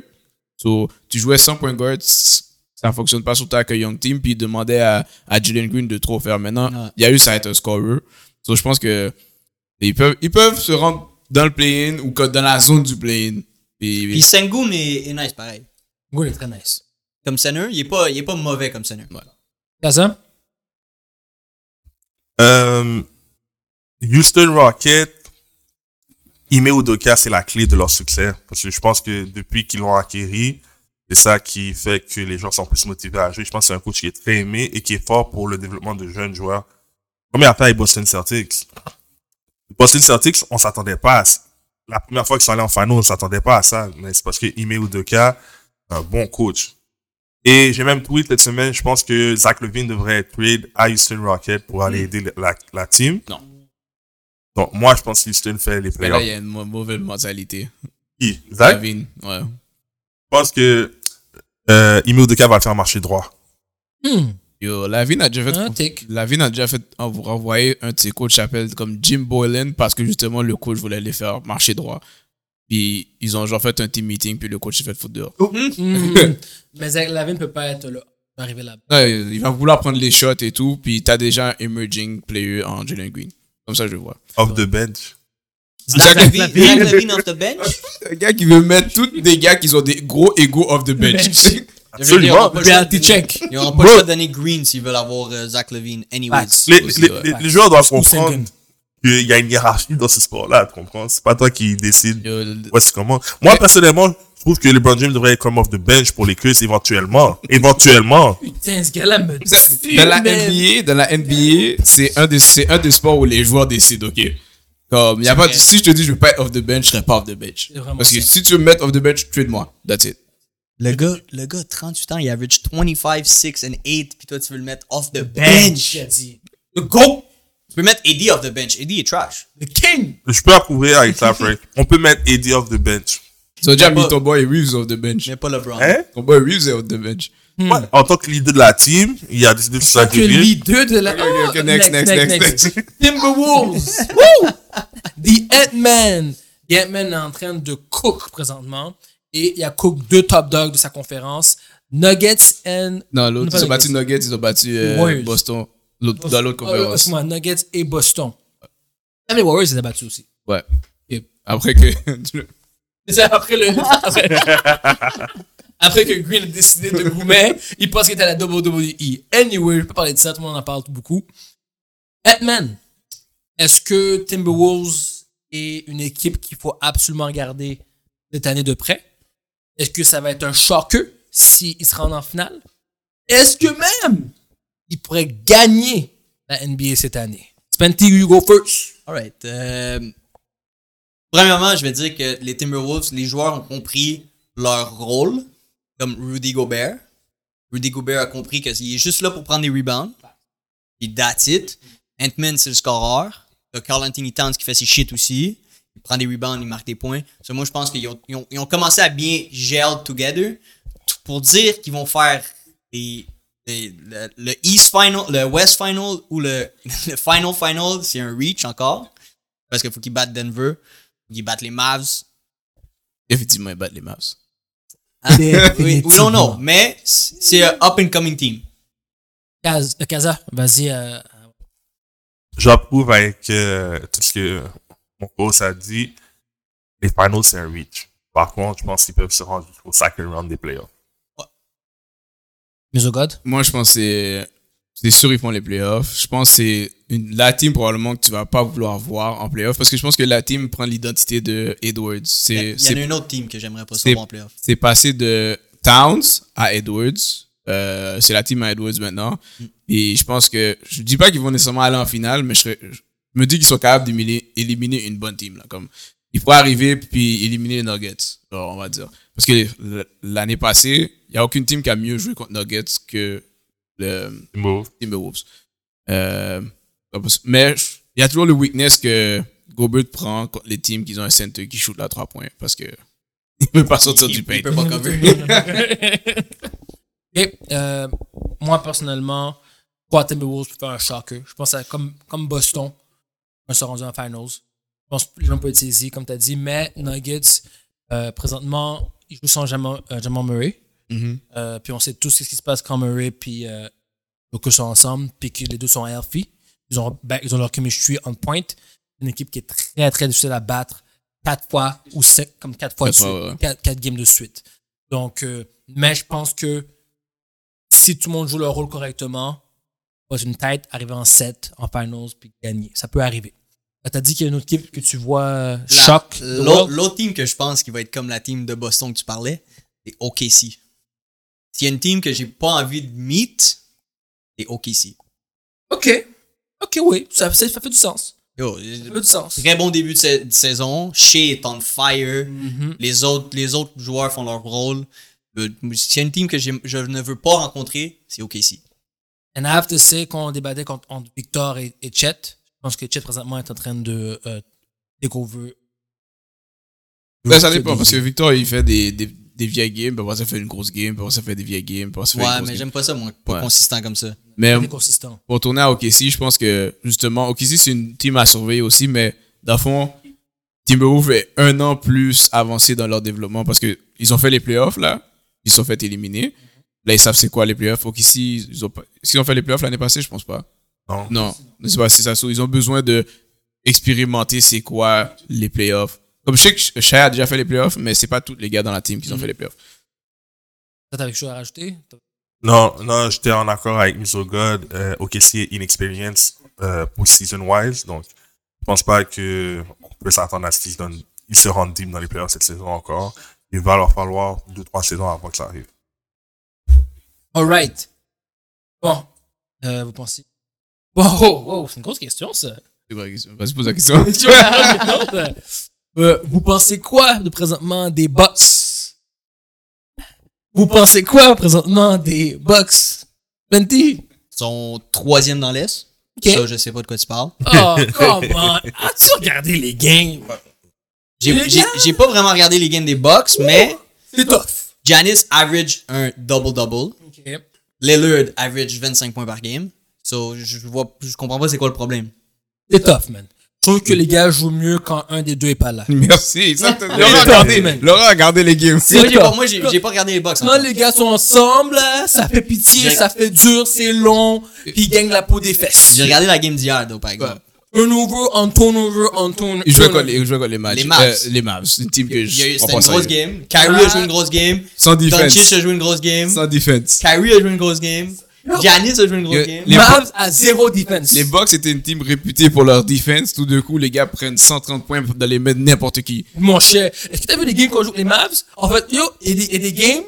S1: So, tu jouais sans point guard, c- ça ne fonctionne pas sur ta que Young Team. Puis ils demandaient à, à Jalen Green de trop faire. Maintenant,
S4: Ouais.
S1: il y a eu ça à être un scorer. So, je pense que ils peuvent, ils peuvent se rendre dans le play-in ou que dans la zone du play-in. Puis-
S4: Puis Sengun est, est nice, pareil.
S2: Goal est très nice.
S4: Comme center, il est pas, il est pas mauvais comme center.
S2: Kaza?
S5: Euh, Houston Rocket, Ime Udoka, c'est la clé de leur succès. Parce que je pense que depuis qu'ils l'ont acquéri, c'est ça qui fait que les gens sont plus motivés à jouer. Je pense que c'est un coach qui est très aimé et qui est fort pour le développement de jeunes joueurs. Comme il a fait avec Boston Celtics. Boston Celtics, on s'attendait pas à ça. La première fois qu'ils sont allés en finale, on s'attendait pas à ça. Mais c'est parce que Ime Udoka, un bon coach. Et j'ai même tweet cette semaine, je pense que Zach Levine devrait être trade à Houston Rocket pour aller aider le- la, la team.
S1: Hmm. Non.
S5: Donc, moi, je pense que Houston fait les
S1: mais là, il
S5: playoffs.
S1: y a une mau- mauvaise mentalité.
S5: Qui? Zach?
S1: Levine, ouais.
S5: Je pense que euh, Ime Udoka va le faire marcher droit.
S2: Hmm. hein,
S1: Yo, Lavine a déjà fait.
S2: Un tic.
S1: Lavine a déjà fait en- vous renvoyer un de ses coachs qui s'appelle comme Jim Boylan parce que justement le coach voulait les faire marcher droit. Puis ils ont genre fait un team meeting, puis le coach s'est fait foutre dehors.
S2: Hmm. Mais Zach Lavin ne peut pas être là. Arriver là.
S1: Ouais, il va vouloir prendre les shots et tout, puis t'as déjà un emerging player en Jalen Green. Comme ça, je le vois.
S5: Off the bench.
S4: Zach Lavine, Zach Lavine off the bench.
S1: Un gars qui veut mettre tous des gars qui ont des gros égos off the bench.
S5: Absolument.
S2: Reality check.
S4: Ils n'auront pas le choix de donner Green s'ils veulent avoir euh, Zach Levine. Anyways.
S2: Facts.
S5: Les,
S1: Aussi,
S5: les-
S1: ouais.
S5: les- les joueurs doivent
S2: Ou
S5: comprendre
S2: Sengun.
S5: qu'il y a une hiérarchie dans ce sport-là, tu comprends? C'est pas toi qui décide
S1: Yo,
S5: où est-ce que tu commences. Moi, personnellement, je trouve que LeBron James devrait être comme off the bench pour les Cubs éventuellement. éventuellement.
S2: Putain, ce gars-là me tue,
S1: dans la
S2: man.
S1: NBA, dans la NBA, c'est un des c'est un des sports où les joueurs décident, ok. Comme y a pas de- si je te dis je veux pas être off the bench, je serai pas off the bench.
S2: C'est vraiment
S1: Parce que
S2: ça.
S1: si tu veux me mettre off the bench, trade moi. That's it.
S4: Le gars, le gars, 38 ans, il average 25, 6 and 8, puis toi, tu veux le mettre off the
S2: Bench.
S4: bench.
S2: il a dit.
S4: Le go! Tu peux mettre Eddie off the bench. Eddie est trash.
S2: The King.
S5: Je peux approuver avec ça, Frank. On peut mettre Eddie off the bench.
S1: So déjà mis
S4: pas-
S1: ton boy Reeves off the bench.
S4: Mais pas LeBron.
S5: Hein?
S1: Ton boy Reeves est off the bench.
S5: Ouais, en tant que leader de la team, il a décidé de se
S2: Que
S5: sacrifier.
S2: leader de la.
S1: Ok, ok, ok,
S2: Oh,
S1: next, next, next,
S2: Timberwolves. Woo! The Ant-Man. The Ant-Man est en train de cook présentement. Et il y a cook deux top dogs de sa conférence. Nuggets and.
S1: Non, l'autre,
S2: pas
S1: ils ont
S2: Nuggets.
S1: battu Nuggets, ils ont battu euh,
S2: Warriors.
S1: Boston l'autre- dans l'autre
S2: Oh,
S1: conférence.
S2: excuse-moi, Nuggets et Boston. Ah, les Warriors, ils les ont battus aussi.
S1: Ouais.
S2: Yep.
S1: Après que
S2: C'est après le. Après, après que Green a décidé de goumer, il pense qu'il était à la WWE. Anyway, je peux parler de ça, tout le monde en parle beaucoup. Ant-Man, est-ce que Timberwolves est une équipe qu'il faut absolument garder cette année de près? Est-ce que ça va être un choqueux s'ils se rendent en finale? Est-ce que même ils pourraient gagner la NBA cette année? Spenty, you go first.
S4: Alright. euh, premièrement, je vais dire que les Timberwolves, les joueurs ont compris leur rôle, comme Rudy Gobert. Rudy Gobert a compris qu'il est juste là pour prendre des rebounds. Puis that's it. Ant-Man, c'est le scoreur. T'as Carl Anthony Towns qui fait ses shit aussi. Il prend des rebounds, il marque des points. So, moi, je pense qu'ils ont, ils ont- ils ont commencé à bien gel together t- pour dire qu'ils vont faire les- les- le, le East Final, le West Final ou le, le Final Final. C'est un reach encore. Parce qu'il faut qu'ils battent Denver, faut qu'ils battent les Mavs.
S1: effectivement ils battent les Mavs.
S4: Hein? oui, oui, non, non. Mais c'est un up-and-coming team.
S2: Kaz- euh, Kaza, vas-y. euh,
S5: j'approuve avec euh, tout ce que mon coach a dit. Les finals, c'est un reach. Par contre, je pense qu'ils peuvent se rendre jusqu'au second round des playoffs.
S2: Misogod?
S1: Moi, je pense que c'est- c'est sûr ils font les playoffs. Je pense que c'est une- la team probablement que tu vas pas vouloir voir en playoffs parce que je pense que la team prend l'identité de Edwards.
S4: Il y,
S1: C'est
S4: en a
S1: c'est-
S4: une autre team que j'aimerais pas
S1: c'est-
S4: savoir en playoff.
S1: c'est passé de Towns à Edwards. Euh, c'est la team à Edwards maintenant.
S4: Mm.
S1: Et je pense que je dis pas qu'ils vont nécessairement aller en finale, mais je, serais- je me dis qu'ils sont capables d'éliminer éliminer une bonne team là. Comme il faut arriver puis éliminer les Nuggets, genre, on va dire. Parce que l- l'année passée, il y a aucune team qui a mieux joué contre Nuggets que le
S5: Move.
S1: Timberwolves. Euh, mais je- il y a toujours le weakness que Gobert prend contre les teams qui ont un center qui shoot à 3 points parce que il peut pas sortir
S4: Il-
S1: du
S4: il
S1: paint.
S4: peut pas cover.
S2: Et, euh, moi, personnellement, pour Timberwolves, je peux faire un shocker. Je pense à comme, comme Boston, on s'est rendu en finals. Je pense que les gens peuvent être saisis, comme tu as dit, mais Nuggets, euh, présentement, ils jouent sans Jamal, euh, Jamal Murray.
S1: Mhm.
S2: Euh, puis on sait tous ce qui se passe quand Murray puis euh, Booker sont ensemble, puis que les deux sont healthy. Ils ont, ben, ils ont leur chemistry on point. Une équipe qui est très, très difficile à battre quatre fois ou cinq, comme quatre fois
S1: Quatre
S2: de suite,
S1: fois, ouais.
S2: quatre, quatre games de suite. Donc, euh, mais je pense que si tout le monde joue leur rôle correctement, on va être une tête, arriver en 7, en finals, puis gagner. Ça peut arriver. Euh, T'as dit qu'il y a une autre équipe que tu vois euh,
S4: La-
S2: choc. the
S4: l'au-
S2: world.
S4: L'autre team que je pense qui va être comme la team de Boston que tu parlais, c'est OKC. S'il y a une team que j'ai pas envie de meet, c'est OKC.
S2: Ok. Ok, oui. Ça, ça fait du sens.
S4: Yo,
S2: Ça fait du sens.
S4: très bon début de, sa- de saison. Shea est on fire.
S2: Mhm.
S4: Les autres, les autres joueurs font leur rôle. Euh, S'il y a une team que j'ai- je ne veux pas rencontrer, c'est OKC.
S2: And I have to say qu'on débattait contre, entre Victor et, et Chet. Je pense que Chet présentement est en train de euh, découvrir.
S1: Ben, ça dépend parce que Victor il fait des, des, des vieilles games, puis après ça fait une grosse game, puis après ça fait des vieilles games, puis après ça fait une
S4: Ouais,
S1: grosse
S4: mais
S1: game.
S4: j'aime pas ça, moi. Pas
S1: Ouais.
S4: consistant comme ça.
S1: Mais
S2: Il est consistant.
S1: pour tourner à OKC, je pense que justement OKC c'est une team à surveiller aussi, mais dans le fond Timberwolves est un an plus avancé dans leur développement parce que ils ont fait les playoffs là, ils se sont fait éliminer. Là, ils savent c'est quoi les playoffs. OKC, ils ont pas... Est-ce qu'ils ont fait les playoffs l'année passée, je pense pas.
S5: Non.
S1: Non, je sais pas, c'est ça. so, Ils ont besoin de expérimenter c'est quoi les playoffs. Comme je sais que Shai a déjà fait les playoffs, mais c'est pas tous les gars dans la team qui ont fait les playoffs.
S2: Ça, t'avais quelque chose à rajouter
S5: Non, non, j'étais en accord avec Misogod. Euh, OKC est inexperienced euh, pour season-wise, donc je pense pas que on peut s'attendre à ce qu'ils se donnent- ils se rendent deep dans les playoffs cette saison encore. Il va leur falloir deux, trois saisons avant que ça arrive.
S2: Alright. Bon. Euh, vous pensez. Wow, wow, wow, c'est une grosse question, ça.
S1: C'est vrai, Vas-y, pose la question.
S2: Tu vois, la réponse, euh, vous pensez quoi de présentement des Bucks Vous pensez quoi présentement des Bucks Benty
S4: Ils sont troisième dans l'Est.
S2: Ok.
S4: Ça, je sais pas de quoi tu parles.
S2: Oh, come on As-tu regardé les games
S4: J'ai j'ai- j'ai pas vraiment regardé les games des Bucks, mais
S2: C'est tough.
S4: Giannis average un double-double. Lillard average 25 points par game. So, je, je vois, je comprends pas c'est quoi le problème.
S2: C'est tough, man. Je trouve que les gars jouent mieux quand un des deux est pas là.
S1: Merci. Ça, t'as- Laura, a
S2: Attends,
S1: regardé,
S2: man.
S1: Laura a regardé les games.
S2: C'est
S4: Moi, j'ai
S2: tough.
S4: pas, moi, j'ai- j'ai pas regardé les Bucks.
S2: Quand
S4: encore.
S2: les gars sont ensemble, là, ça fait pitié,
S4: J'ai-
S2: ça fait dur, c'est long, puis ils gagnent la peau des fesses.
S4: J'ai regardé la game d'hier, though, par exemple.
S2: Turnover, on turnover, on turnover.
S1: Ils jouaient contre les, ils jouaient contre les Mavs.
S4: Les Mavs.
S1: Euh, les Mavs. C'est une team que
S4: Il y a eu-
S1: je prends
S4: C'était
S1: pas
S4: une
S1: au
S4: grosse
S1: sérieux.
S4: game. Kyrie a joué une grosse game.
S1: Sans
S4: Doncic
S1: défense.
S4: a joué une grosse game.
S1: Sans défense.
S4: Kyrie a joué une grosse game. Giannis a joué une
S1: Il y
S4: grosse
S1: a-
S4: game.
S1: les-
S2: Mavs à zéro defense.
S1: Les Bucks étaient une team réputée pour leur défense. Tout d'un coup, les gars prennent 130 points pour d'aller mettre n'importe qui.
S2: Mon cher, est-ce que t'as vu les games qu'on joue contre les Mavs? En fait, yo, et des, et des games,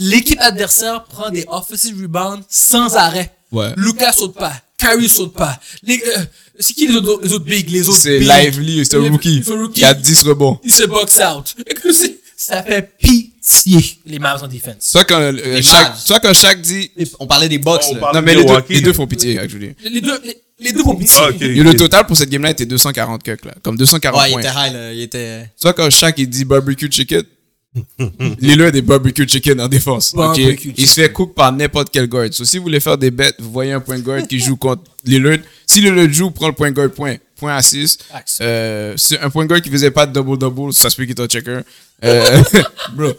S2: l'équipe adversaire prend des offensive rebounds sans arrêt.
S1: Ouais.
S2: Lucas saute pas. Kyrie saute pas. Les, euh, c'est qui les autres, les autres bigs? Les autres
S1: C'est
S2: bigs?
S1: Lively, c'est un
S2: Les-
S1: rookie.
S2: c'est un rookie.
S1: Il a 10 rebonds.
S2: Ils se box out. Écoute, c'est- ça fait pitié, les Mavs en défense.
S1: Soit quand, euh, chaque,
S4: Mavs.
S1: soit quand chaque dit,
S4: On parlait des Bucks,
S5: On
S4: là.
S5: parle
S1: Non,
S5: de
S1: mais les deux,
S5: Milwaukee.
S1: les deux font pitié, hein, actually.
S2: Les deux, les, les deux vont pitié.
S5: Ah, ok,
S1: Et le
S5: ok.
S1: total pour cette game-là était 240 cucks, là. Comme
S2: Oh,
S1: 240
S4: Ouais, il
S1: points.
S4: était high, là. Il était.
S1: Soit quand Shaq, il dit barbecue chicken, Lillard est barbecue chicken en défense. ok?
S2: Barbecue
S1: Il se fait cook par n'importe quel guard. So, si vous voulez faire des bêtes, vous voyez un point guard qui joue contre Lillard. Si Lillard joue, prend le point guard, point. Point à 6.
S2: Facts.
S1: Euh, c'est un point guard qui faisait pas de double-double, ça se peut qu'il est un checker. Euh, bro,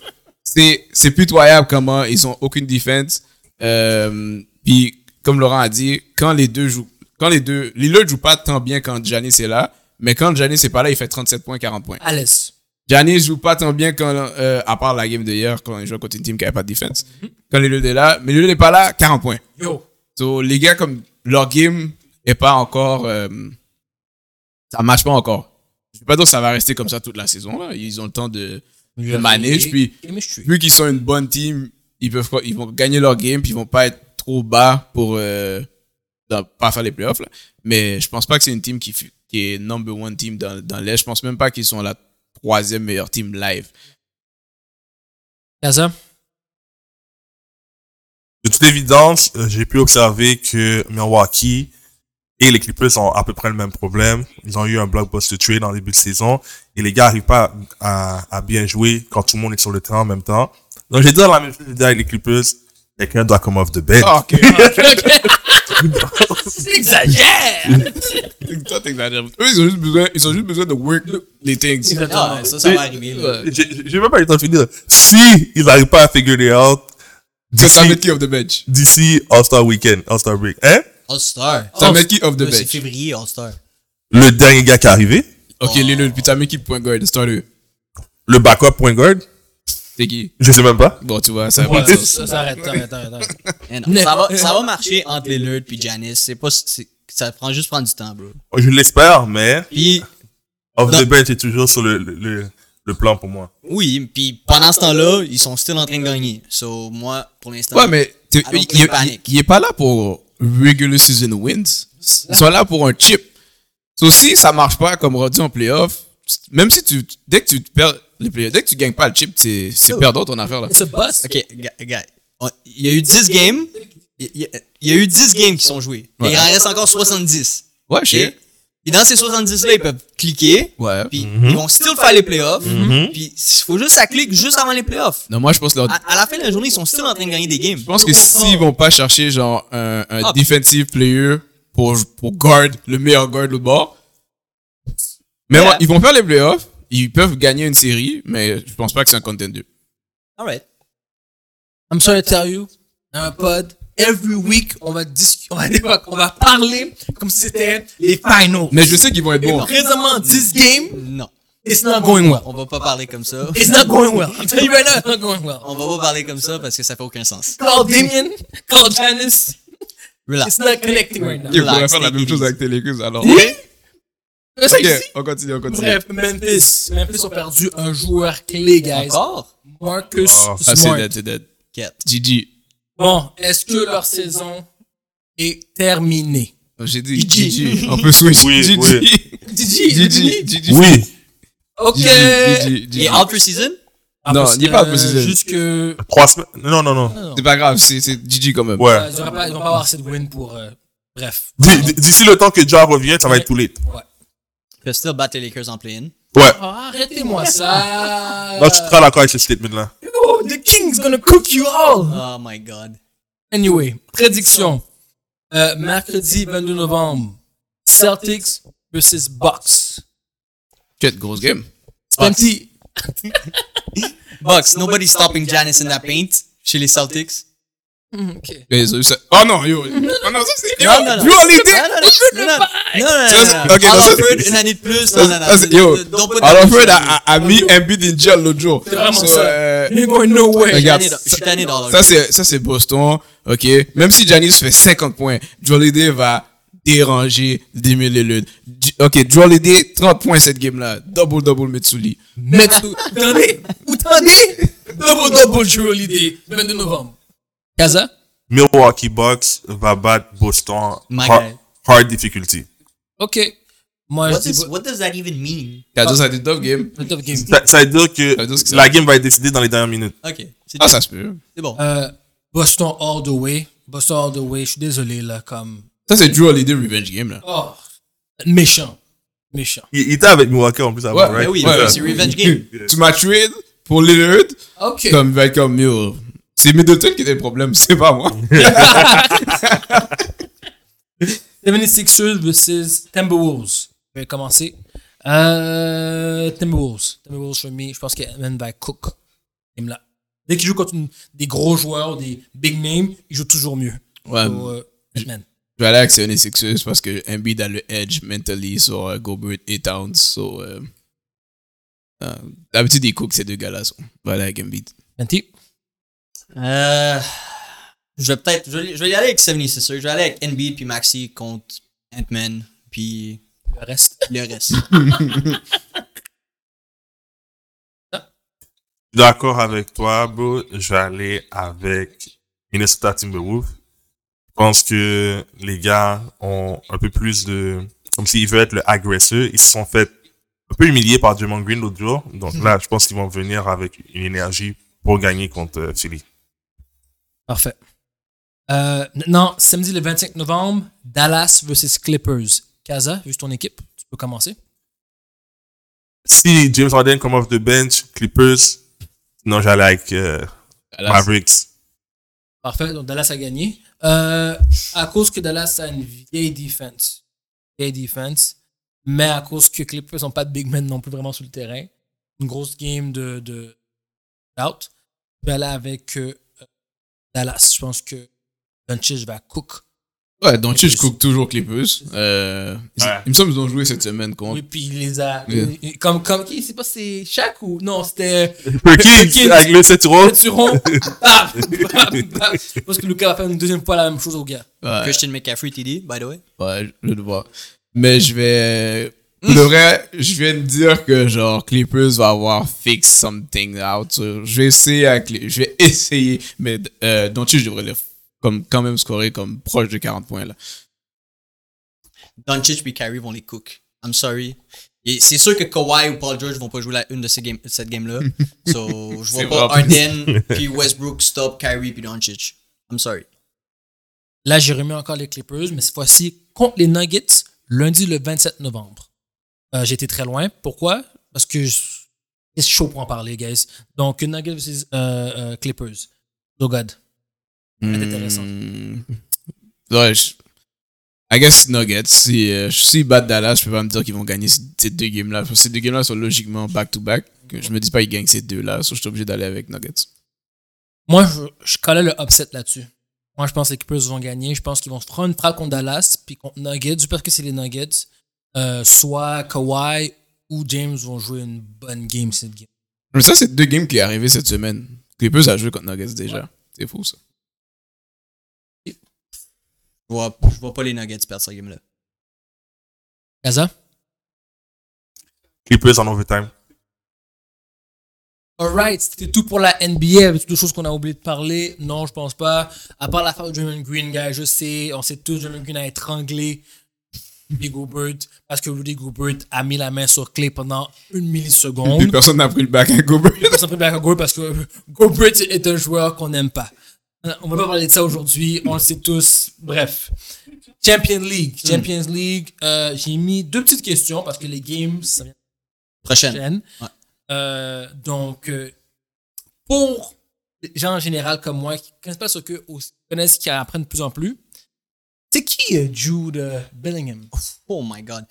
S1: c'est c'est pitoyable comment ils ont aucune défense. Euh, Puis, comme Laurent a dit, quand les deux jouent, Quand les deux. Lillard joue pas tant bien quand Giannis est là, mais quand Giannis est pas là, il fait 37 points, 40 points.
S2: À l'aise.
S1: Giannis joue pas tant bien quand, euh, à part la game d'hier, quand il joue contre une team qui avait pas de défense. Quand Lillard est là, mais Lillard n'est pas là, 40 points.
S2: Yo.
S1: So, les gars, comme leur game est pas encore. euh, ça marche pas encore. Je vais pas dire que ça va rester comme ça toute la saison. Là. Ils ont le temps de, de manage. Puis,
S2: Et mais je suis.
S1: vu qu'ils sont une bonne team, ils, peuvent, ils vont gagner leur game. Puis, ils vont pas être trop bas pour euh, dans- pas faire les playoffs. là. Mais je pense pas que c'est une team qui, fut- qui est number one team dans, dans l'Est. Je pense même pas qu'ils sont la troisième meilleure team live.
S2: Kaza?
S5: De toute évidence, euh, j'ai pu observer que Milwaukee et les Clippers ont à peu près le même problème. Ils ont eu un blockbuster trade en début de saison et les gars n'arrivent pas à, à bien jouer quand tout le monde est sur le terrain en même temps. Donc, j'ai dit la même chose que j'ai dit avec les Clippers. Quelqu'un doit come off the bed.
S1: Ah, Ok.
S2: Exagère!
S1: Toi, t'exagères. Eux, ils ont juste besoin, ils ont juste besoin de work les things.
S4: Ah, ça, ça va arriver. là.
S1: Ouais.
S5: J'ai j'ai même pas eu le temps de finir. Si ils n'arrivent pas à figure it out
S1: Ça, ça va
S5: d'ici-
S1: être qui off the bench?
S5: d'ici All-Star Weekend, All-Star Break, hein?
S4: All-Star.
S1: Ça va être qui off the
S4: Là, Oh, C'est
S1: bench?
S4: février, All-Star.
S5: Le dernier gars qui est arrivé,
S1: Ok, Lillard, puis t'as mis qui point guard? Starter.
S5: le backup point guard,
S1: C'est qui?
S5: je sais même pas.
S1: Bon, tu vois, ça
S2: Ouais,
S1: va.
S2: ça, ça, ça arrête, arrête, arrête, arrête.
S4: Eh non, Ça va, ça va marcher entre Lillard puis Janice. C'est pas, c'est- ça prend juste prendre du temps, bro.
S5: Je l'espère, mais
S4: Puis,
S5: Off
S4: Non.
S5: the bench est toujours sur le, le, le- le plan pour moi.
S4: oui, puis pendant ce temps-là, ils sont still en train de gagner. So, moi, pour l'instant,
S1: Ouais, mais t'es-
S4: I don't
S1: il,
S4: think
S1: il-
S4: panic.
S1: il est pas là pour regular season wins. Ils sont là pour un chip. So, si ça marche pas comme rendu en playoff, même si tu, dès que tu perds les playoffs, dès que tu gagnes pas le chip, c'est c'est perdant ton affaire là.
S2: It's a bust.
S4: OK, gars, gars, on- il y a eu 10 games. Il y, a- il y a eu 10 games qui sont joués. Et
S1: Ouais.
S4: il en reste encore 70.
S1: Ouais, je
S4: OK?
S1: sais.
S4: Puis dans ces 70-là, ils peuvent cliquer.
S1: Ouais. Mhm.
S4: Puis ils vont still faire les playoffs. Mhm. Puis il faut juste que ça clique juste avant les playoffs.
S1: Non, moi, je pense leur,
S4: À, à la fin de la journée, ils sont still en train de gagner des games.
S1: Je pense que s'ils vont pas chercher genre un, un
S4: Ah.
S1: defensive player pour, pour guard, le meilleur guard de l'autre bord, mais
S4: Yeah.
S1: ouais, ils vont faire les playoffs, ils peuvent gagner une série, mais je pense pas que c'est un contender.
S4: All right.
S2: I'm sorry to tell you, dans un pod, every week, on va discuter, on va, débattre, on va parler comme si c'était les finals.
S1: Mais je sais qu'ils vont être bons.
S2: Présentement, 10 games,
S4: Non.
S2: it's not going well.
S4: On va pas parler comme ça.
S2: It's not going well. I'm telling you right now, it's not going well.
S4: On va pas parler comme ça parce que ça fait aucun sens.
S2: Call Damien, call Janice,
S4: Relax.
S2: it's not connecting right now.
S1: Ils vont
S4: Relax,
S1: faire la
S4: take
S1: même
S4: it
S1: chose
S4: easy.
S1: avec tes Lakers alors.
S2: C'est ça
S1: Ok,
S2: ici.
S1: on continue, on continue.
S2: Bref, Memphis. Memphis ont perdu un joueur clé, guys.
S4: Encore?
S2: Marcus
S5: Oh,
S1: Ah, c'est
S2: Smart.
S1: dead, c'est dead.
S4: Quête.
S1: GG.
S2: Bon, est-ce que leur saison est terminée?
S1: Oh, J'ai dit
S2: GG.
S1: GG. On peut switch.
S5: Oui,
S1: GG.
S5: oui.
S2: Didi,
S1: GG.
S2: Didi.
S1: GG.
S5: Oui,
S2: Ok.
S1: GG.
S4: Et
S1: GG.
S4: en pre-season?
S2: Ah,
S1: Non,
S2: parce
S1: il n'y a
S2: que,
S1: pas de position.
S2: Jusque. euh,
S5: trois semaines. Non, non, non.
S1: C'est pas grave, c'est c'est GG quand même.
S5: Ouais.
S2: euh, Ils auraient pas- ils vont pas avoir assez de win pour. euh, Bref.
S5: D- d- D'ici le temps que Ja revient, ça va être tout late.
S4: Je peux still battre les Lakers en play-in.
S5: Ouais.
S2: Ah, Arrêtez-moi ça.
S1: Bah,
S5: Non, je suis très d'accord avec ce statement-là.
S2: Oh, the king's gonna cook you all.
S4: Oh my god.
S2: Anyway, prédiction. Euh, mercredi 22 novembre, Celtics versus Bucks.
S1: Quelle grosse game.
S2: C'est un petit.
S4: Bucks, nobody's stopping Janice in that paint chez les Celtics.
S2: Ok.
S1: Et ça- ça- Oh non, yo. Oh non, ça c'est.
S4: Non, non, non.
S1: Yo, l'idée.
S4: Non, non, non, non, non, non, non,
S1: Ça,
S4: non,
S1: c'est- ok,
S4: non.
S1: non, ça,
S4: Alfred,
S1: c'est-
S4: une année de plus. Non, non,
S1: Ça, c'est-
S4: non.
S1: Yo,
S4: Don't put that
S1: alors
S4: pressure.
S1: Fred a, a, a mis Embiid in jail l'autre jour.
S2: C'est vraiment
S1: So,
S2: ça.
S1: euh,
S2: Ain't going nowhere.
S1: regarde,
S4: Je suis tanné, je suis tanné d'All
S1: ça c'est ça c'est Boston, ok. Même si Giannis fait 50 points, Holiday va déranger Demi Lillard. J- Ok, Holiday 30 points cette game là, double double Mitsuli.
S2: Metsu. Attendez. Attendez. Double double Drew Holiday. 22 novembre. Kaza.
S5: Milwaukee Bucks va battre Boston.
S4: My
S5: Hard,
S4: guy.
S5: hard difficulty.
S2: Ok. Moi,
S4: What
S2: je dis.
S4: is- What does that even mean?
S1: Kaza ça a été tough game.
S2: Bon, top game.
S5: Ça, ça veut dire que
S1: veut dire ce que ça-
S5: la game va être décidée dans les dernières minutes.
S4: Ok, c'est
S1: Ah ça se peut.
S4: c'est bon.
S2: Euh, Boston all the way. Boston all the way. Je suis désolé, là, comme.
S1: Ça c'est Drew Holiday revenge game là.
S2: Oh. Méchant. Méchant.
S5: Il, il était avec Milwaukee en plus avant,
S1: Ouais,
S5: right?
S4: Mais oui,
S1: ouais, ouais.
S4: c'est revenge game.
S1: Tu m'as tué pour Lillard,
S2: Ok.
S1: comme va être comme yo. C'est Middleton qui était le problème, c'est pas moi.
S2: 76ers versus Timberwolves. Je vais commencer. Euh, Timberwolves. Timberwolves, for me, je pense qu'Evan va cook. Game là. Dès qu'il joue contre une- des gros joueurs, des big names, il joue toujours mieux.
S1: Ouais.
S2: So, euh, Batman.
S1: Je vais aller actionner Sixers parce que Embiid a le edge mentally sur euh, Gobert et Towns. So, euh, euh, D'habitude, ils cook ces deux gars-là. so. Je vais aller avec Embiid.
S2: Fenty.
S4: Euh, je vais peut-être. Je, vais- je vais y aller avec 70, c'est sûr. Je vais aller avec Embiid puis Maxi contre Ant-Man puis
S2: Le reste.
S4: le reste.
S5: suis d'accord avec toi, bro. Je vais aller avec Minnesota Timberwolves. Je pense que les gars ont un peu plus de... Comme s'ils veulent être le agresseur. Ils se sont fait un peu humiliés par Draymond Green l'autre jour. Donc là, je pense qu'ils vont venir avec une énergie pour gagner contre euh, Philly.
S2: Parfait. Euh, maintenant, samedi le 25 novembre, Dallas versus Clippers. Kaza, vu ton équipe, tu peux commencer.
S5: Si James Harden come off the bench, Clippers, non, j'allais avec euh,
S1: Dallas,
S5: Mavericks.
S2: Parfait, donc Dallas a gagné. Euh, à cause que Dallas a une vieille defense. Vieille defense. Mais à cause que Clippers n'ont pas de big men non plus vraiment sur le terrain. Une grosse game de, de out. Je vais aller avec euh, Dallas. Je pense que Doncic va cook.
S1: Ouais, Doncic cook toujours Clippers. Euh, ils-
S5: Ouais.
S1: Il me semble qu'ils ont joué cette semaine contre.
S2: Oui, puis il les a.
S1: Yeah.
S2: il- Comme, comme qui C'est pas c'est Shaq ou. Non, c'était.
S5: Perkins, avec le 7 euros.
S2: Tu ronds. Bam, bam, bam. Je pense que Lucas va faire une deuxième fois la même chose au gars.
S1: Ouais.
S4: Christian McCaffrey TD, by the way.
S1: Ouais, je le vois. Mais je vais. Pour de vrai, je viens de dire que genre Clippers va avoir fix something out. So, Je vais essayer avec les- Je vais essayer. Mais euh, Doncic, je devrais le- comme, quand même scorer comme proche de 40 points là.
S4: Doncic puis Kyrie vont les cook. I'm sorry. Et c'est sûr que Kawhi ou Paul George vont pas jouer la une de ces game, cette game-là. So, je
S1: C'est
S4: vois pas
S1: vrai, en
S4: Harden puis Westbrook stop Kyrie puis Doncic. I'm sorry.
S2: Là, j'ai remis encore les Clippers, mais cette fois-ci contre les Nuggets, lundi le 27 novembre. Euh, j'ai été très loin. Pourquoi? Parce que je- c'est chaud pour en parler, guys. Donc, Nuggets versus euh, euh, Clippers. Oh God. être intéressant.
S1: Hmm. Ouais, je- I guess Nuggets. Si, euh, si battent Dallas, je peux pas me dire qu'ils vont gagner ces- ces deux games là. Parce que ces deux games là sont logiquement back-to-back. Que Je me dis pas qu'ils gagnent ces deux là. So, je suis obligé d'aller avec Nuggets.
S2: Moi, je, je collais le upset là-dessus. Moi, je pense que les Clippers vont gagner. Je pense qu'ils vont se prendre une frappe contre Dallas, puis contre Nuggets, juste parce que c'est les Nuggets. Euh, soit Kawhi ou James vont jouer une bonne game cette game.
S1: Mais ça, c'est deux games qui est arrivé cette semaine. Clippers a joué contre Nuggets déjà. C'est fou, ça.
S4: Je vois, je vois pas les Nuggets perdre cette game-là.
S2: Kaza?
S5: Clippers en overtime.
S2: Alright, c'était tout pour la NBA. Avec toutes les choses qu'on a oublié de parler. Non, je pense pas. À part l'affaire de Draymond Green, guys, je sais, on sait tous, Draymond Green a étranglé Rudy Gobert parce que Rudy Gobert a mis la main sur Clay pendant
S1: Plus
S2: une milliseconde.
S1: personne n'a pris le back à Gobert.
S2: On s'en prie bien à Gobert parce que Gobert est un joueur qu'on n'aime pas. Euh, On va pas parler de ça aujourd'hui, on le sait tous. Bref. Champions League. Champions League, euh, j'ai mis deux petites questions parce que les games, ça vient
S4: Prochaine.
S2: prochaine.
S4: Ouais.
S2: Euh, donc, euh, pour les gens en général comme moi qui connaissent pas ce que, ou connaissent, qui apprennent de plus en plus, c'est qui euh, Jude euh, Bellingham?
S4: Oh my god.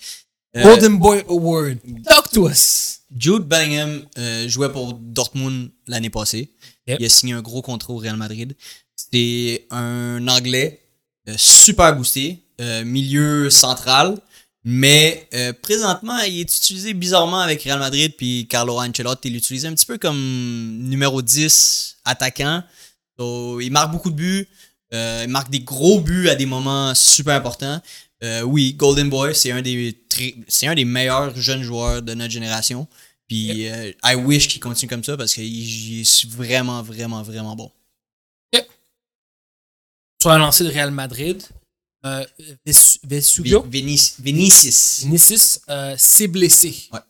S4: Euh,
S2: Golden Boy Award. Talk to us.
S4: Jude Bellingham euh, jouait pour Dortmund l'année passée.
S2: Yep.
S4: Il a signé un gros contrat au Real Madrid. C'est un Anglais euh, super boosté, euh, milieu central, mais euh, présentement, il est utilisé bizarrement avec Real Madrid, puis Carlo Ancelotti l'utilise un petit peu comme numéro 10 attaquant. So, il marque beaucoup de buts, euh, il marque des gros buts à des moments super importants. Euh, oui, Golden Boy, c'est un, des très- c'est un des meilleurs jeunes joueurs de notre génération. Puis euh, I wish qu'il continue comme ça parce qu'il il est vraiment, vraiment, vraiment bon.
S2: Sur un lancé de Real Madrid, euh, Ves-
S4: Vi-
S2: Vesuvio,
S4: Vinic- Vinicius.
S2: Vinicius euh, s'est blessé.
S4: Ouais.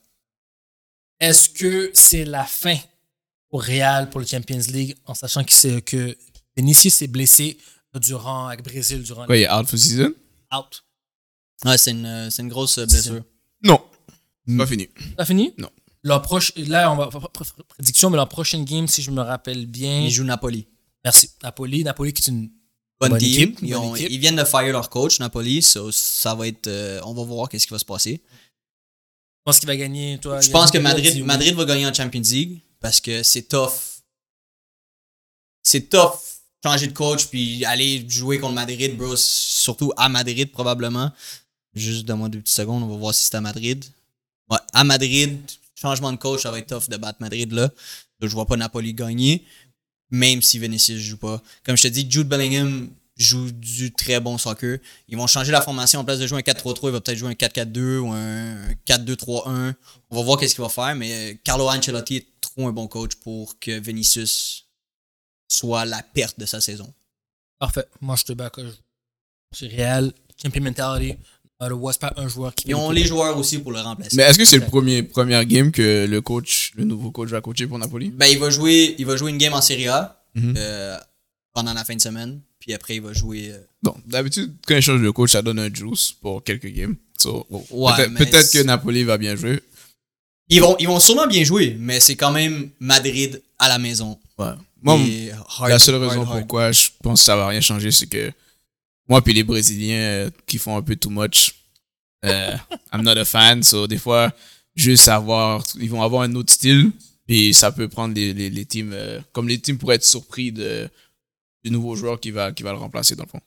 S2: Est-ce que c'est la fin pour Real, pour le Champions League, en sachant que, c'est- que Vinicius s'est blessé durant, avec Brésil durant
S1: Quoi, il est out for season?
S2: le out?
S4: Ouais, c'est une, euh, c'est une grosse euh, blessure.
S1: Non. C'est Pas fini.
S2: T'as fini?
S1: Non.
S2: Leur proche, là, on va faire prédiction, mais leur prochaine game, si je me rappelle bien.
S4: Ils jouent Napoli.
S2: Merci. Napoli, Napoli qui est une.
S4: Bonne,
S2: Bonne
S4: team.
S2: équipe,
S4: Ils,
S2: bonne
S4: ont-
S2: équipe.
S4: ils viennent de fire leur coach, Napoli. so ça va être. euh, on va voir qu'est-ce qui va se passer.
S2: Je pense qu'il va gagner, toi.
S4: Je
S2: Yannick,
S4: pense que
S2: tu l'as dit,
S4: Madrid,
S2: oui.
S4: Madrid va gagner en Champions League parce que c'est tough. C'est tough changer de coach puis aller jouer contre Madrid, bro. Surtout à Madrid, probablement. Juste donne-moi deux petites secondes, on va voir si c'est à Madrid. Ouais, à Madrid, changement de coach, ça va être tough de battre Madrid, là. Je vois pas Napoli gagner, même si Vinicius joue pas. Comme je te dis, Jude Bellingham joue du très bon soccer. Ils vont changer la formation. En place de jouer un 4-3-3, il va peut-être jouer un 4-4-2 ou un 4-2-3-1. On va voir qu'est-ce qu'il va faire, mais euh, Carlo Ancelotti est trop un bon coach pour que Vinicius soit la perte de sa saison.
S2: Parfait. Moi, je te back. euh, C'est réel. Champion mentality. Euh, le West, pas un joueur qui.
S4: Ils ont les joueurs aussi pour le remplacer.
S1: Mais est-ce que c'est le premier première game que le coach, le nouveau coach va coacher pour Napoli
S4: Ben, il va jouer, il va jouer une game en Serie A
S1: Mhm.
S4: euh, pendant la fin de semaine, puis après il va jouer. euh,
S1: Bon, d'habitude quand il change de coach, ça donne un juice pour quelques games. So, bon,
S4: Ouais,
S1: peut-être
S4: mais
S1: peut-être
S4: c'est-
S1: que Napoli va bien jouer.
S4: Ils vont, ils vont sûrement bien jouer, mais c'est quand même Madrid à la maison.
S1: Ouais. Moi,
S4: Et hard-
S1: la seule
S4: hard,
S1: raison
S4: hard.
S1: pourquoi je pense que ça va rien changer, c'est que moi puis les Brésiliens euh, qui font un peu too much, euh, I'm not a fan. So des fois, juste avoir, ils vont avoir un autre style, puis ça peut prendre les, les, les teams, euh, comme les teams pourraient être surpris de du nouveau joueur qui va qui va le remplacer dans le fond.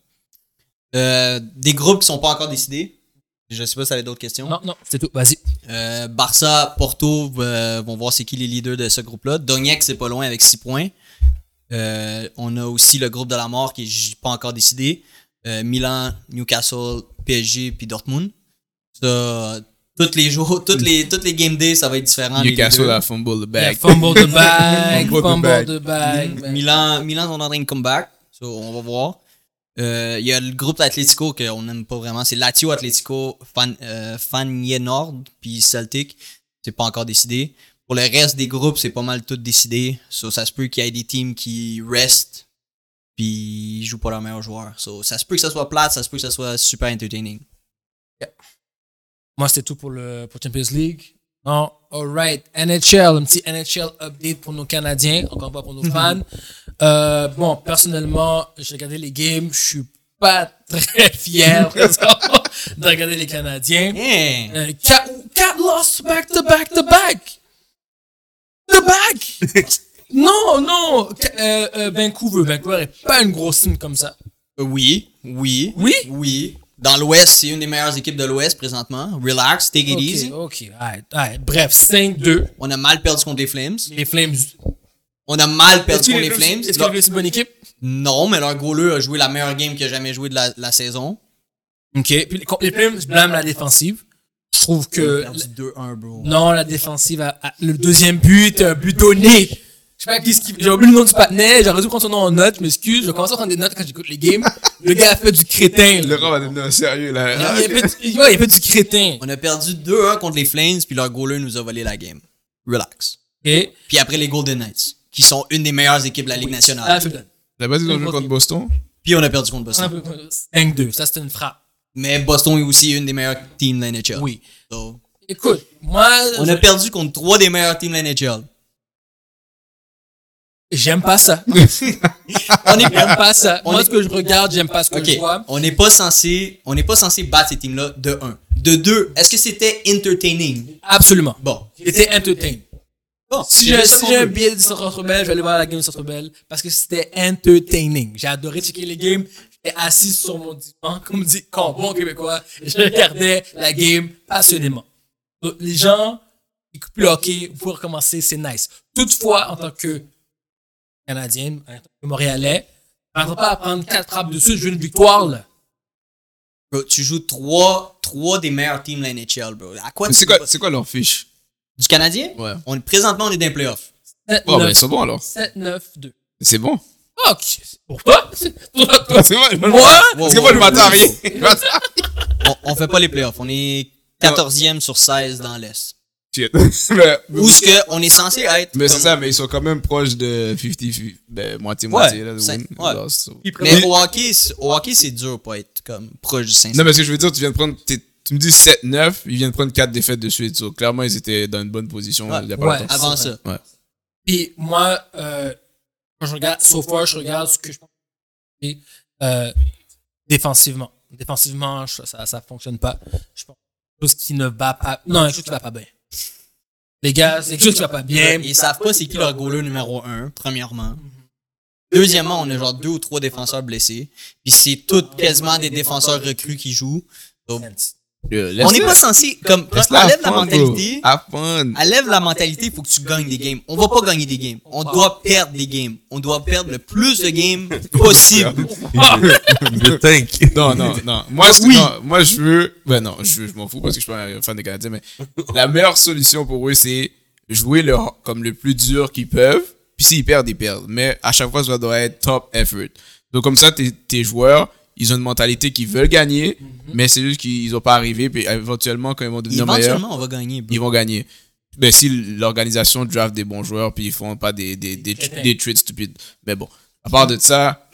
S4: Euh, des groupes qui sont pas encore décidés. Je sais pas si ça a d'autres questions.
S2: Non, non, c'est tout. Vas-y.
S4: Euh, Barça, Porto euh, vont voir c'est qui les leaders de ce groupe-là. Doniak, c'est pas loin avec 6 points. Euh, on a aussi le groupe de la mort qui est j- pas encore décidé. Euh, Milan, Newcastle, PSG puis Dortmund. Ça, tous les jours, toutes les, toutes les game days, ça va être différent. Ah, les
S1: Newcastle
S4: leaders.
S1: a fumble the
S2: Yeah,
S1: bag.
S2: Fumble the bag.
S1: Fumble the
S2: Fumble
S1: bag.
S2: the bag. man.
S4: Milan, Milan sont en train de comeback. So, on va voir. Euh, Il y a le groupe d'Atlético qu'on n'aime pas vraiment. C'est Lazio, Atlético, Fan, euh, Feyenoord, puis Celtic. C'est pas encore décidé. Pour le reste des groupes, c'est pas mal tout décidé. So, ça se peut qu'il y ait des teams qui restent puis ils jouent pas leurs meilleurs joueurs. So, ça se peut que ça soit plate, ça se peut que ça soit super entertaining.
S2: Moi, c'était tout pour le pour Champions League. Non, alright. NHL, un petit NHL update pour nos Canadiens, encore pas pour nos fans. Euh, bon, personnellement, j'ai regardé les games, je suis pas très fier présentement, de regarder les Canadiens.
S4: Yeah.
S2: Euh, quatre, quatre losses back to back to back. The back. non, non. Qu- euh, euh, Vancouver, Vancouver est pas une grosse team comme ça.
S4: Euh, Oui, oui,
S2: Oui?
S4: oui. Dans l'Ouest, c'est une des meilleures équipes de l'Ouest présentement. Relax, take it
S2: Ok, oh.
S4: easy.
S2: ok, alright, alright. Bref, 5-2.
S4: On a mal perdu contre les Flames.
S2: Les Flames
S4: On a mal perdu
S2: Est-ce que
S4: contre les Flames.
S2: Est-ce que
S4: Leur-
S2: les Flames, c'est une bonne équipe?
S4: Non, mais leur goaler a joué la meilleure game qu'il a jamais joué de la, la saison.
S2: OK. Puis les- les Flames, je blâme la défensive. Je trouve que...
S4: On a perdu 2-1, bro.
S2: Non, la défensive a, a- le deuxième but, un but donné. Je sais pas qui ce qui, j'ai oublié le nom du patinet, j'ai résolu prendre son nom en note, je m'excuse, je commence à prendre des notes quand j'écoute les games. Le gars a fait du crétin, là.
S1: Laurent va devenir sérieux
S2: Il a,
S1: là.
S2: il a fait, du- ouais, il a fait du crétin.
S4: On a perdu 2-1 contre les Flames, puis leur goaler nous a volé la game. Relax.
S2: OK.
S4: Puis après les Golden Knights, qui sont une des meilleures équipes de la Ligue
S2: Ah,
S4: nationale.
S2: je donne.
S1: T'as pas dit qu'on joue contre Boston
S4: Puis on a perdu contre Boston.
S2: 5-2, ça c'était une frappe.
S4: Mais Boston est aussi une des meilleures teams de la NHL.
S2: Oui.
S4: So,
S2: Écoute, moi,
S4: on a perdu contre trois des meilleures teams de la NHL.
S2: j'aime pas ça.
S4: On est
S2: J'aime pas ça.
S4: On
S2: Moi,
S4: est-
S2: ce que je regarde, j'aime pas ce que
S4: Ok,
S2: je vois.
S4: on n'est pas censé, on n'est pas censé battre ces teams-là de 1. De 2, est-ce que c'était entertaining?
S2: Absolument.
S4: Bon.
S2: J'étais entertain.
S4: Bon,
S2: Si
S4: c'est
S2: j'ai
S4: ça
S2: si
S4: qu'on
S2: j'ai un
S4: veut.
S2: billet de Centre Rebelle, je vais aller voir la game de Centre Rebelle parce que c'était entertaining. J'ai adoré checker les games. J'étais assis sur mon divan, comme dit, comme bon québécois. et Je regardais la game passionnément. Donc, les gens, ils coupent le hockey, vous pouvez recommencer, c'est nice. Toutefois, en tant que Canadienne, en tant que Montréalais, je m'attends pas à prendre quatre frappes de suite, je veux une victoire, là.
S4: Bro, tu joues trois, trois des meilleurs teams de la NHL, bro. À quoi
S1: Mais
S4: tu
S1: C'est quoi, c'est quoi leur fiche
S4: Du Canadien?
S1: Ouais.
S4: On, présentement, on est dans les playoffs.
S2: Ah,
S1: Oh, ben ils sont bons alors.
S2: 7-9-2.
S1: C'est bon.
S2: Ok. Pourquoi? Pourquoi?
S1: C'est moi, je me-
S2: Moi?
S1: Parce que moi, je m'attends à rien. Je m'attends-
S4: On, on fait pas les playoffs. On est 14e sur 16 dans l'Est.
S1: Shit. Mais-
S4: Où ce que on est censé être.
S1: Mais c'est
S4: comme-
S1: ça, mais ils sont quand même proches de 50, ben, moitié-moitié,
S4: Ouais,
S1: là, de
S4: c'est-
S1: win,
S4: ouais.
S1: loss, so.
S4: Mais au hockey, c'est- au hockey, c'est dur pas être comme proche du 500.
S1: Non, mais ce que je veux dire, tu viens de prendre, t'es- tu me dis 7-9, ils viennent de prendre 4 défaites de suite, so, clairement, ils étaient dans une bonne position,
S4: Ouais.
S1: il y a pas
S2: Ouais.
S1: longtemps.
S4: Avant ça.
S1: Ouais.
S2: Puis moi, euh, quand je regarde, so far, je regarde ce que je pense. Et, euh, défensivement. Défensivement, je- ça, ça fonctionne pas. Je pense que chose qui ne va pas. Non, quelque chose qui va pas bien. Les gars, c'est quelque chose qui va pas bien.
S4: Ils savent pas c'est qui leur goaler numéro 1, premièrement. Deuxièmement, on a genre deux ou trois défenseurs blessés. Puis c'est tout quasiment des défenseurs recrues qui jouent. Donc,
S1: Euh,
S4: on n'est pas censé, comme, quand on enlève la mentalité,
S1: Have fun.
S4: Enlève la mentalité, il faut que tu gagnes des games. On va pas gagner des games. On doit perdre des games. On doit perdre le plus de games possible.
S5: Je tank.
S1: Non, non, non. Moi, c'est- non, moi je veux. Ben non, je, veux- je m'en fous parce que je suis pas un fan des Canadiens, mais la meilleure solution pour eux, c'est jouer leur, comme le plus dur qu'ils peuvent. Puis s'ils perdent, ils perdent. Mais à chaque fois, ça doit être top effort. Donc, comme ça, tes, tes joueurs, ils ont une mentalité qu'ils veulent gagner, mais c'est juste qu'ils n'ont pas arrivé. Puis éventuellement, quand ils vont devenir meilleurs,
S4: Éventuellement, on va gagner. bro.
S1: ils vont gagner. Mais si l'organisation draft des bons joueurs, puis ils font pas des, des, des,
S2: crétins.
S1: des trades stupides. Mais bon, à part de ça,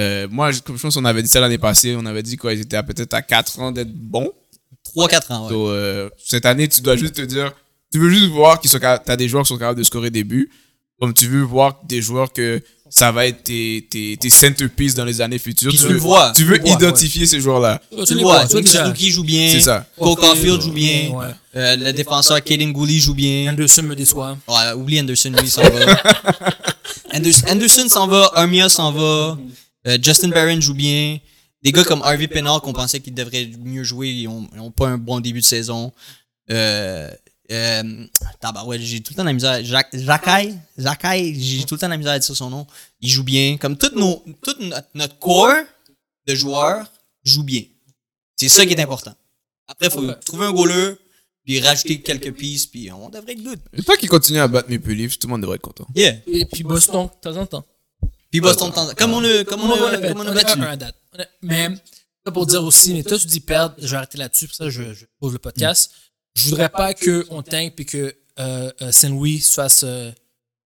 S1: euh, moi, je, comme je pense qu'on avait dit ça l'année passée, on avait dit quoi, ils étaient à peut-être à 4 ans d'être bons.
S4: 3-4 ans, ouais.
S1: Donc, euh, cette année, tu dois juste te dire, tu veux juste voir qu'ils sont, tu as des joueurs qui sont capables de scorer des buts, comme tu veux voir des joueurs que ça va être tes, tes, tes centerpieces dans les années futures.
S4: Puis tu
S1: veux,
S4: le vois,
S1: tu
S4: tu
S1: veux
S4: le vois,
S1: identifier ces joueurs-là.
S4: Tu le vois, Nick
S2: déjà.
S4: Suzuki joue bien.
S1: C'est ça.
S4: Cole Caulfield joue bien.
S2: Ouais.
S4: euh, le défenseur Kaden Gooley joue bien.
S2: Anderson me déçoit.
S4: Ouais, oublie Anderson, lui, il s'en va. Anderson, Anderson s'en va. Armia s'en va. euh, Justin Barron joue bien. Des gars comme Harvey Penard, qu'on pensait qu'ils devraient mieux jouer, ils ont, ils ont pas un bon début de saison. Euh, euh, tabarouette, j'ai tout le temps de la misère. Jacques, Jacqueil, Jacqueil, j'ai tout le temps de la misère à dire son nom. Il joue bien. Comme tout, nos, tout notre, notre corps de joueurs joue bien. C'est ça qui est important. Après, faut trouver un goaler, puis rajouter quelques pistes, puis on devrait être good.
S1: Et toi qui continues à battre mes Leafs, tout le monde devrait être content.
S4: Yeah.
S2: Et puis Boston, de temps en temps.
S4: Puis Boston, t'en- comme on a, comme on
S2: Comment on l'a
S4: a,
S2: fait?
S4: comme on
S2: On
S4: a
S2: a
S4: battu.
S2: un à date. On a- Mais, ça pour dire aussi, mais toi, tu dis perdre, je vais arrêter là-dessus, pour ça, je, je pose le podcast. Je voudrais pas qu'on tank puis que euh, euh, Saint-Louis se fasse euh,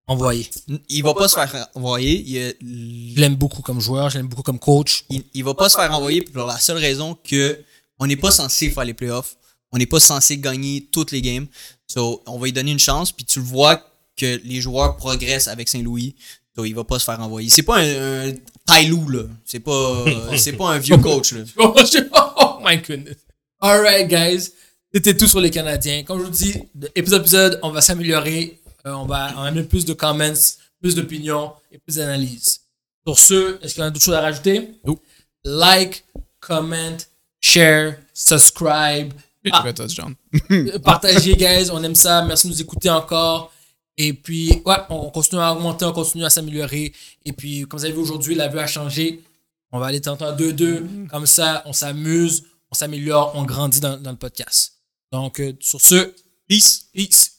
S2: envoyer.
S4: Il va pas se faire envoyer. Il, a-
S2: Je l'aime beaucoup comme joueur, je l'aime beaucoup comme coach.
S4: il, il va pas se faire envoyer pour la seule raison que on n'est pas censé faire les playoffs. On n'est pas censé gagner toutes les games. So, on va lui donner une chance. Puis tu le vois que les joueurs progressent avec Saint-Louis. So, il va pas se faire envoyer. C'est pas un, un Tyloo, là. C'est pas, euh, c'est pas un vieux coach, là.
S2: Oh, je- oh my goodness. Alright, guys. C'était tout sur les Canadiens. Comme je vous dis, de- épisode à épisode, on va s'améliorer. Euh, on va on va amener plus de comments, plus d'opinions et plus d'analyses. Pour ceux, est-ce qu'on a d'autres choses à rajouter?
S1: Nope.
S2: Like, comment, share, subscribe,
S1: Tu fais touchdown.
S2: euh, partagez, guys. On aime ça. Merci de nous écouter encore. Et puis, ouais, on continue à augmenter, on continue à s'améliorer. Et puis, comme vous avez vu aujourd'hui, la vue a changé. On va aller tenter un 2-2. Comme ça, on s'amuse, on s'améliore, on grandit dans, dans le podcast. Donc, euh, sur ce, peace, peace.